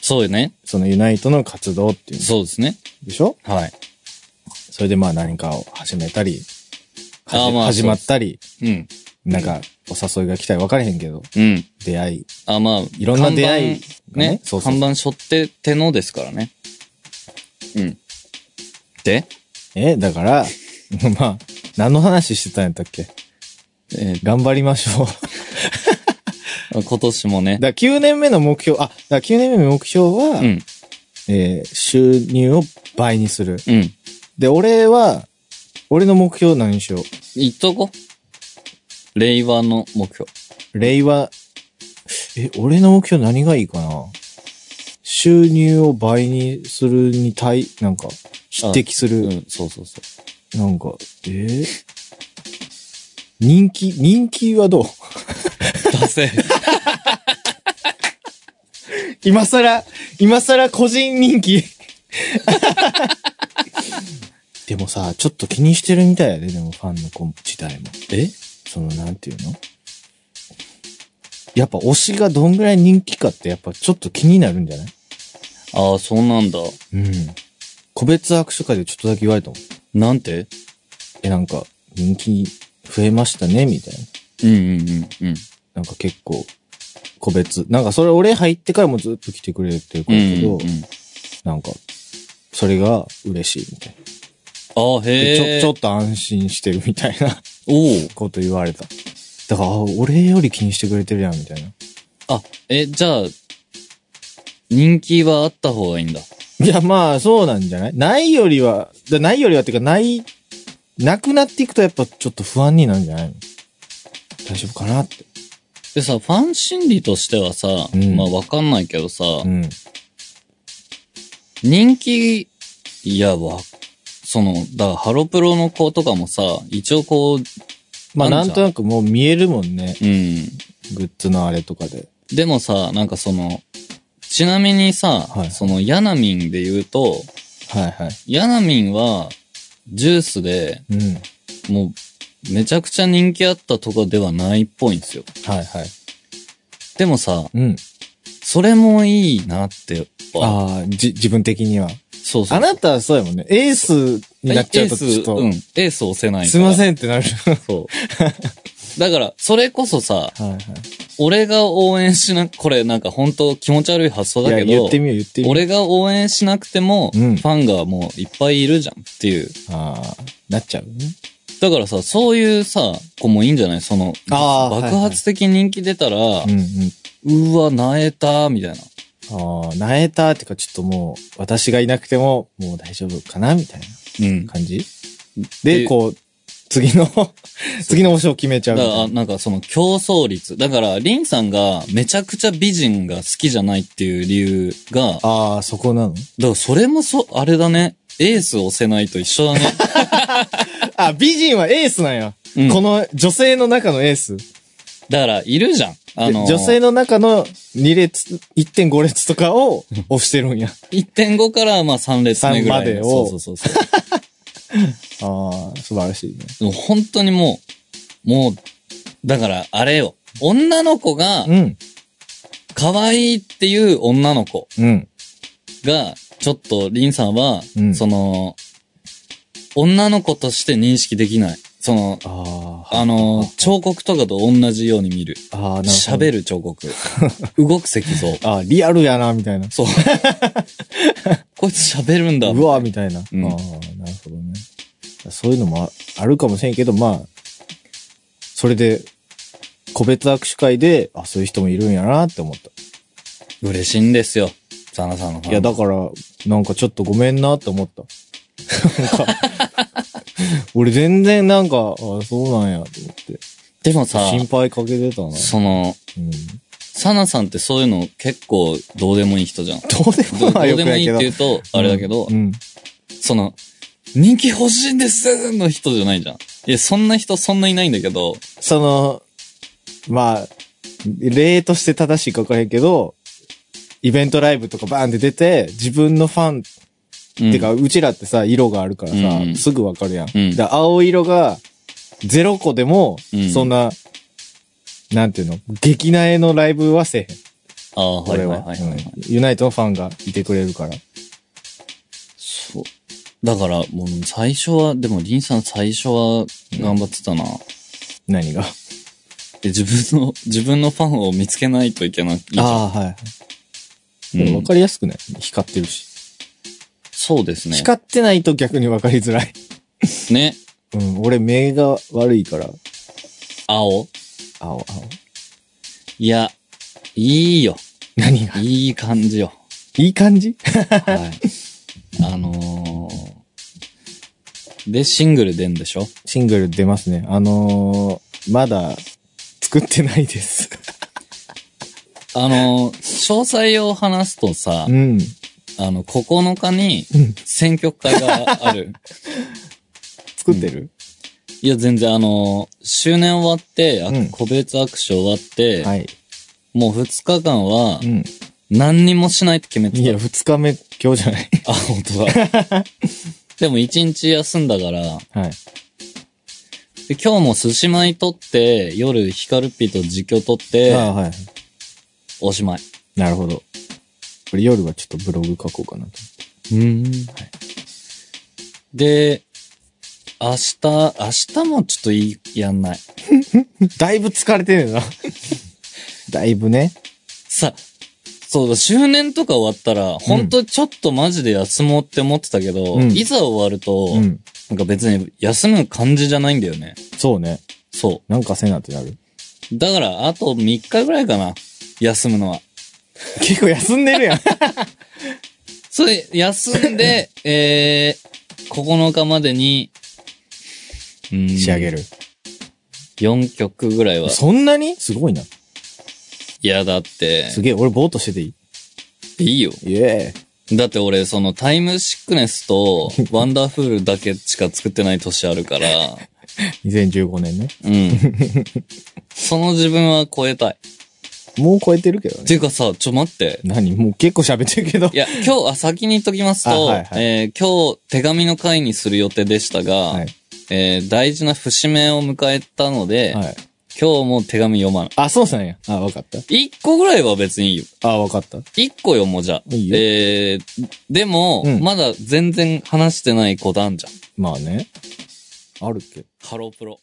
[SPEAKER 2] そうよね。
[SPEAKER 3] そのユナイトの活動っていうの。
[SPEAKER 2] そうですね。
[SPEAKER 3] でしょ
[SPEAKER 2] はい。
[SPEAKER 3] それでまあ何かを始めたり、はじ
[SPEAKER 2] あまあ
[SPEAKER 3] 始まったり、
[SPEAKER 2] うん。
[SPEAKER 3] なんかお誘いが来たり分かれへんけど、
[SPEAKER 2] うん。
[SPEAKER 3] 出会い。
[SPEAKER 2] あ、まあ、
[SPEAKER 3] いろんな出会い
[SPEAKER 2] 看
[SPEAKER 3] が
[SPEAKER 2] 板
[SPEAKER 3] ね
[SPEAKER 2] ね。
[SPEAKER 3] そうそうそう
[SPEAKER 2] 看板背負って手のですからね。うん。で
[SPEAKER 3] え、だから、 まあ、何の話してたんやったっけ
[SPEAKER 2] え
[SPEAKER 3] 頑張りましょう。
[SPEAKER 2] ー今年もね。
[SPEAKER 3] だから9年目の目標、あ、だから9年目の目標は、
[SPEAKER 2] うん。
[SPEAKER 3] えー収入を倍にする。
[SPEAKER 2] うん。
[SPEAKER 3] で、俺は、俺の目標何にしよ
[SPEAKER 2] 言っとこう。令和の目標。
[SPEAKER 3] う。令和、え、俺の目標何がいいかな収入を倍にするに対、なんか、匹敵する。
[SPEAKER 2] うん、そうそうそう。
[SPEAKER 3] なんか、えー人気、人気はどう
[SPEAKER 2] 達成。
[SPEAKER 3] 今更、今更個人人気 でもさ、ちょっと気にしてるみたいやで、でもファンの子自体も。
[SPEAKER 2] え
[SPEAKER 3] その、なんていうのやっぱ推しがどんぐらい人気かってやっぱちょっと気になるんじゃない
[SPEAKER 2] ああ、そうなんだ。
[SPEAKER 3] うん。個別握手会でちょっとだけ言われたもん。
[SPEAKER 2] なんて
[SPEAKER 3] え、なんか、人気増えましたね、みたいな。
[SPEAKER 2] うんうんうんうん。
[SPEAKER 3] なんか結構、個別。なんかそれ俺入ってからもずっと来てくれてる子だけど、なんか、それが嬉しいみたいな。
[SPEAKER 2] ああ、
[SPEAKER 3] で
[SPEAKER 2] へえ。
[SPEAKER 3] ちょ、ちょっと安心してるみたいな
[SPEAKER 2] おう
[SPEAKER 3] こと言われた。だから、あ俺より気にしてくれてるやん、みたいな。
[SPEAKER 2] あ、え、じゃあ、人気はあった方がいいんだ。
[SPEAKER 3] いや、まあ、そうなんじゃないないよりは、だないよりはっていうか、ない、なくなっていくとやっぱちょっと不安になるんじゃないの大丈夫かなって。
[SPEAKER 2] でさ、ファン心理としてはさ、
[SPEAKER 3] うん
[SPEAKER 2] まあわかんないけどさ、
[SPEAKER 3] うん。
[SPEAKER 2] 人気、いや、わ、その、だからハロプロの子とかもさ、一応こう、
[SPEAKER 3] まあ、
[SPEAKER 2] あ
[SPEAKER 3] な
[SPEAKER 2] じゃん
[SPEAKER 3] んんとなくもう見えるもんね。
[SPEAKER 2] うん。
[SPEAKER 3] グッズのあれとかで。
[SPEAKER 2] でもさ、なんかその、ちなみにさ、
[SPEAKER 3] はい
[SPEAKER 2] その、ヤナミンで言うと、
[SPEAKER 3] はいはい。
[SPEAKER 2] ヤナミンは、ジュースで、
[SPEAKER 3] うん。
[SPEAKER 2] もう、めちゃくちゃ人気あったとかではないっぽいんですよ。
[SPEAKER 3] はいはい。
[SPEAKER 2] でもさ、
[SPEAKER 3] うん。
[SPEAKER 2] それもいいなって、やっぱ。
[SPEAKER 3] ああ、じ、自分的には。
[SPEAKER 2] そうそう。
[SPEAKER 3] あなたはそうやもんね。エースになっちゃうと
[SPEAKER 2] エ
[SPEAKER 3] ちょ
[SPEAKER 2] ー
[SPEAKER 3] っ
[SPEAKER 2] ス、
[SPEAKER 3] と、
[SPEAKER 2] うん。エース押せないから。
[SPEAKER 3] すいま
[SPEAKER 2] ん。
[SPEAKER 3] せんってなる。
[SPEAKER 2] そう。だから、それこそさ、
[SPEAKER 3] はいはい。
[SPEAKER 2] 俺が応援しな、これなんか本当気持ち悪い発想
[SPEAKER 3] い
[SPEAKER 2] だ
[SPEAKER 3] や、
[SPEAKER 2] け
[SPEAKER 3] 言
[SPEAKER 2] ど
[SPEAKER 3] って、みよう、言ってみよう。
[SPEAKER 2] 俺が応援しなくても、
[SPEAKER 3] う
[SPEAKER 2] フ
[SPEAKER 3] ん
[SPEAKER 2] ァンがもういっぱいいるじゃんっていう。
[SPEAKER 3] ああ、なっちゃうね。
[SPEAKER 2] だからさ、そういうさ、子もいいんじゃないその、
[SPEAKER 3] あー
[SPEAKER 2] 爆発的人気出たら、
[SPEAKER 3] うんうん。
[SPEAKER 2] うわ、なえた、みたいな。
[SPEAKER 3] ああ、なえたってか、ちょっともう、私がいなくても、もう大丈夫かなみたい
[SPEAKER 2] うん
[SPEAKER 3] な。感じで、
[SPEAKER 2] で
[SPEAKER 3] こう、次の、次の場所を決めちゃ
[SPEAKER 2] だ
[SPEAKER 3] う
[SPEAKER 2] か
[SPEAKER 3] みたい
[SPEAKER 2] ら、あなんかその競争率。だから、リンさんがめちゃくちゃ美人が好きじゃないっていう理由が、だか
[SPEAKER 3] ああ、そこなの
[SPEAKER 2] らそれもそ、あれだね。エース押せないと一 緒だね。
[SPEAKER 3] あ、美人はエースなんや。
[SPEAKER 2] うん
[SPEAKER 3] この女性の中のエース。
[SPEAKER 2] だから、いるじゃん。あの、
[SPEAKER 3] 女性の中の2列、1.5列とかを押してるん や。
[SPEAKER 2] 1.5からまあ3列目ぐらいの。
[SPEAKER 3] 3までを
[SPEAKER 2] そうそうそうそう。
[SPEAKER 3] ああ、素晴らしいね。
[SPEAKER 2] でも本当にもう、もう、だから、あれよ。女の子が、
[SPEAKER 3] うん。
[SPEAKER 2] 可愛いっていう女の子
[SPEAKER 3] うん。
[SPEAKER 2] が、ちょっと、リンさんは、
[SPEAKER 3] うん
[SPEAKER 2] その、女の子として認識できない。その、
[SPEAKER 3] ああ、
[SPEAKER 2] あの、彫刻とかと同じように見る。
[SPEAKER 3] ああ、なるほど。
[SPEAKER 2] 喋 る彫刻。動く石像。
[SPEAKER 3] ああ、リアルやな、みたいな。
[SPEAKER 2] そう。こいつ喋るんだ。
[SPEAKER 3] うわーみたいな。
[SPEAKER 2] うん
[SPEAKER 3] ああ、なるほどね。そういうのもああるかもしれんけど、まあ、それで、個別握手会で、あ、そういう人もいるんやなって思った。
[SPEAKER 2] 嬉しいんですよ。ザナさんのファン
[SPEAKER 3] いや、だから、なんかちょっとごめんなって思った。なんか俺全然なんか、あそうなんやと思って。
[SPEAKER 2] でもさ、
[SPEAKER 3] 心配かけてたな。
[SPEAKER 2] その、
[SPEAKER 3] うん。
[SPEAKER 2] サナさんってそういうの結構どうでもいい人じゃん。
[SPEAKER 3] どうで
[SPEAKER 2] ど
[SPEAKER 3] も
[SPEAKER 2] うど
[SPEAKER 3] な
[SPEAKER 2] う
[SPEAKER 3] い よ
[SPEAKER 2] で
[SPEAKER 3] く
[SPEAKER 2] も
[SPEAKER 3] ない
[SPEAKER 2] い
[SPEAKER 3] け
[SPEAKER 2] っ
[SPEAKER 3] ど
[SPEAKER 2] て言。うと、あれだけど、
[SPEAKER 3] うん。
[SPEAKER 2] その、人気欲しいんですの人じゃないじゃん。いや、そんな人そんないないんだけど、
[SPEAKER 3] その、まあ、例として正しいかわからへんけど、イベントライブとかバーンって出て、自分のファン、
[SPEAKER 2] うん
[SPEAKER 3] てか、うちらってさ、色があるからさ、
[SPEAKER 2] うん
[SPEAKER 3] すぐわかるやん。
[SPEAKER 2] うん
[SPEAKER 3] だから青色が、0個でも
[SPEAKER 2] うん、
[SPEAKER 3] そんな、なんていうの、激なえのライブはせえへん。
[SPEAKER 2] ああ、はい
[SPEAKER 3] 俺
[SPEAKER 2] はい
[SPEAKER 3] は、
[SPEAKER 2] はいはい、はい
[SPEAKER 3] うんユナイトのファンがいてくれるから。
[SPEAKER 2] そう。だから、もう最初は、でも、リンさん最初は頑張ってたな。
[SPEAKER 3] 何が。
[SPEAKER 2] で自分の、 自分のファンを見つけないといけないじゃん。
[SPEAKER 3] あ、はい。
[SPEAKER 2] う
[SPEAKER 3] でもわ
[SPEAKER 2] ん、
[SPEAKER 3] かりやすくない光ってるし。
[SPEAKER 2] そうですね。
[SPEAKER 3] 光ってないと逆にわかりづらい。
[SPEAKER 2] ね。
[SPEAKER 3] うん、俺目が悪いから、
[SPEAKER 2] 青
[SPEAKER 3] 青、青。
[SPEAKER 2] いや、いいよ。
[SPEAKER 3] 何が
[SPEAKER 2] いい感じよ。
[SPEAKER 3] いい感じ
[SPEAKER 2] はい。あのー、で、シングル出んでしょ
[SPEAKER 3] シングル出ますね。あのー、まだ作ってないです。
[SPEAKER 2] あのー、詳細を話すとさ
[SPEAKER 3] う、ん。
[SPEAKER 2] あの、9日に
[SPEAKER 3] うん
[SPEAKER 2] 選挙会があ る。
[SPEAKER 3] 作ってる、
[SPEAKER 2] いや、全然あのー、周年終わって、あ
[SPEAKER 3] うん
[SPEAKER 2] 個別握手終わって、
[SPEAKER 3] はい。
[SPEAKER 2] もう2日間は
[SPEAKER 3] う、ん。
[SPEAKER 2] 何にもしないって決めて
[SPEAKER 3] い
[SPEAKER 2] た。
[SPEAKER 3] や、二日目、今日じゃない。
[SPEAKER 2] あ、本当だ。でも1日休んだから、
[SPEAKER 3] はい。
[SPEAKER 2] で、今日も寿司米取って、夜ヒカルピと実況取って、
[SPEAKER 3] ああ、はい。
[SPEAKER 2] おしまい。
[SPEAKER 3] なるほど。これ夜はちょっとブログ書こうかなと。
[SPEAKER 2] うん。で、明日、明日もちょっといい、やんない。
[SPEAKER 3] だいぶ疲れて るな。だいぶね。
[SPEAKER 2] さ、そうだ、周年とか終わったら、ほんとちょっとマジで休もうって思ってたけど、
[SPEAKER 3] うん
[SPEAKER 2] いざ終わると、
[SPEAKER 3] うん。
[SPEAKER 2] なんか別に休む感じじゃないんだよね。
[SPEAKER 3] そうね。
[SPEAKER 2] そ
[SPEAKER 3] なんかせなってなる。
[SPEAKER 2] う。だから、あと3日ぐらいかな。休むのは。
[SPEAKER 3] 結構休んでるやん。
[SPEAKER 2] それ、休ん で、えー、9日までに、 うん
[SPEAKER 3] 仕上げる。
[SPEAKER 2] 4曲ぐらいは。
[SPEAKER 3] そんなにすごいな。
[SPEAKER 2] いや、だって、
[SPEAKER 3] すげえ、俺ぼーっとしてていい
[SPEAKER 2] いいよ。
[SPEAKER 3] イエーイ。
[SPEAKER 2] だって俺、そのタイムシックネス とワンダーフルだけしか作ってない年あるから、
[SPEAKER 3] 2015年ね。
[SPEAKER 2] うん。その自分は超えたい。
[SPEAKER 3] もう超えてるけど
[SPEAKER 2] って
[SPEAKER 3] ね。
[SPEAKER 2] いうかさ、ちょ待って。
[SPEAKER 3] 何もう結構喋ってるけど
[SPEAKER 2] い。や、今日、あ、先に言っときます
[SPEAKER 3] あ
[SPEAKER 2] と、
[SPEAKER 3] はいはい
[SPEAKER 2] えー今日手紙の会にする予定でしたが、
[SPEAKER 3] はい。
[SPEAKER 2] えー大事な節目を迎えたので、
[SPEAKER 3] はい。
[SPEAKER 2] 今日も手紙読まない。
[SPEAKER 3] あ、そうなんや。あ、わかった。
[SPEAKER 2] 一個ぐらいは別にいいよ。
[SPEAKER 3] あ、わかった。
[SPEAKER 2] 一個読もうじゃあ。
[SPEAKER 3] いいよ
[SPEAKER 2] えーでも、
[SPEAKER 3] うん
[SPEAKER 2] まだ全然話してないことあんじゃん。
[SPEAKER 3] まあね。あるっけ
[SPEAKER 2] ハロープロ。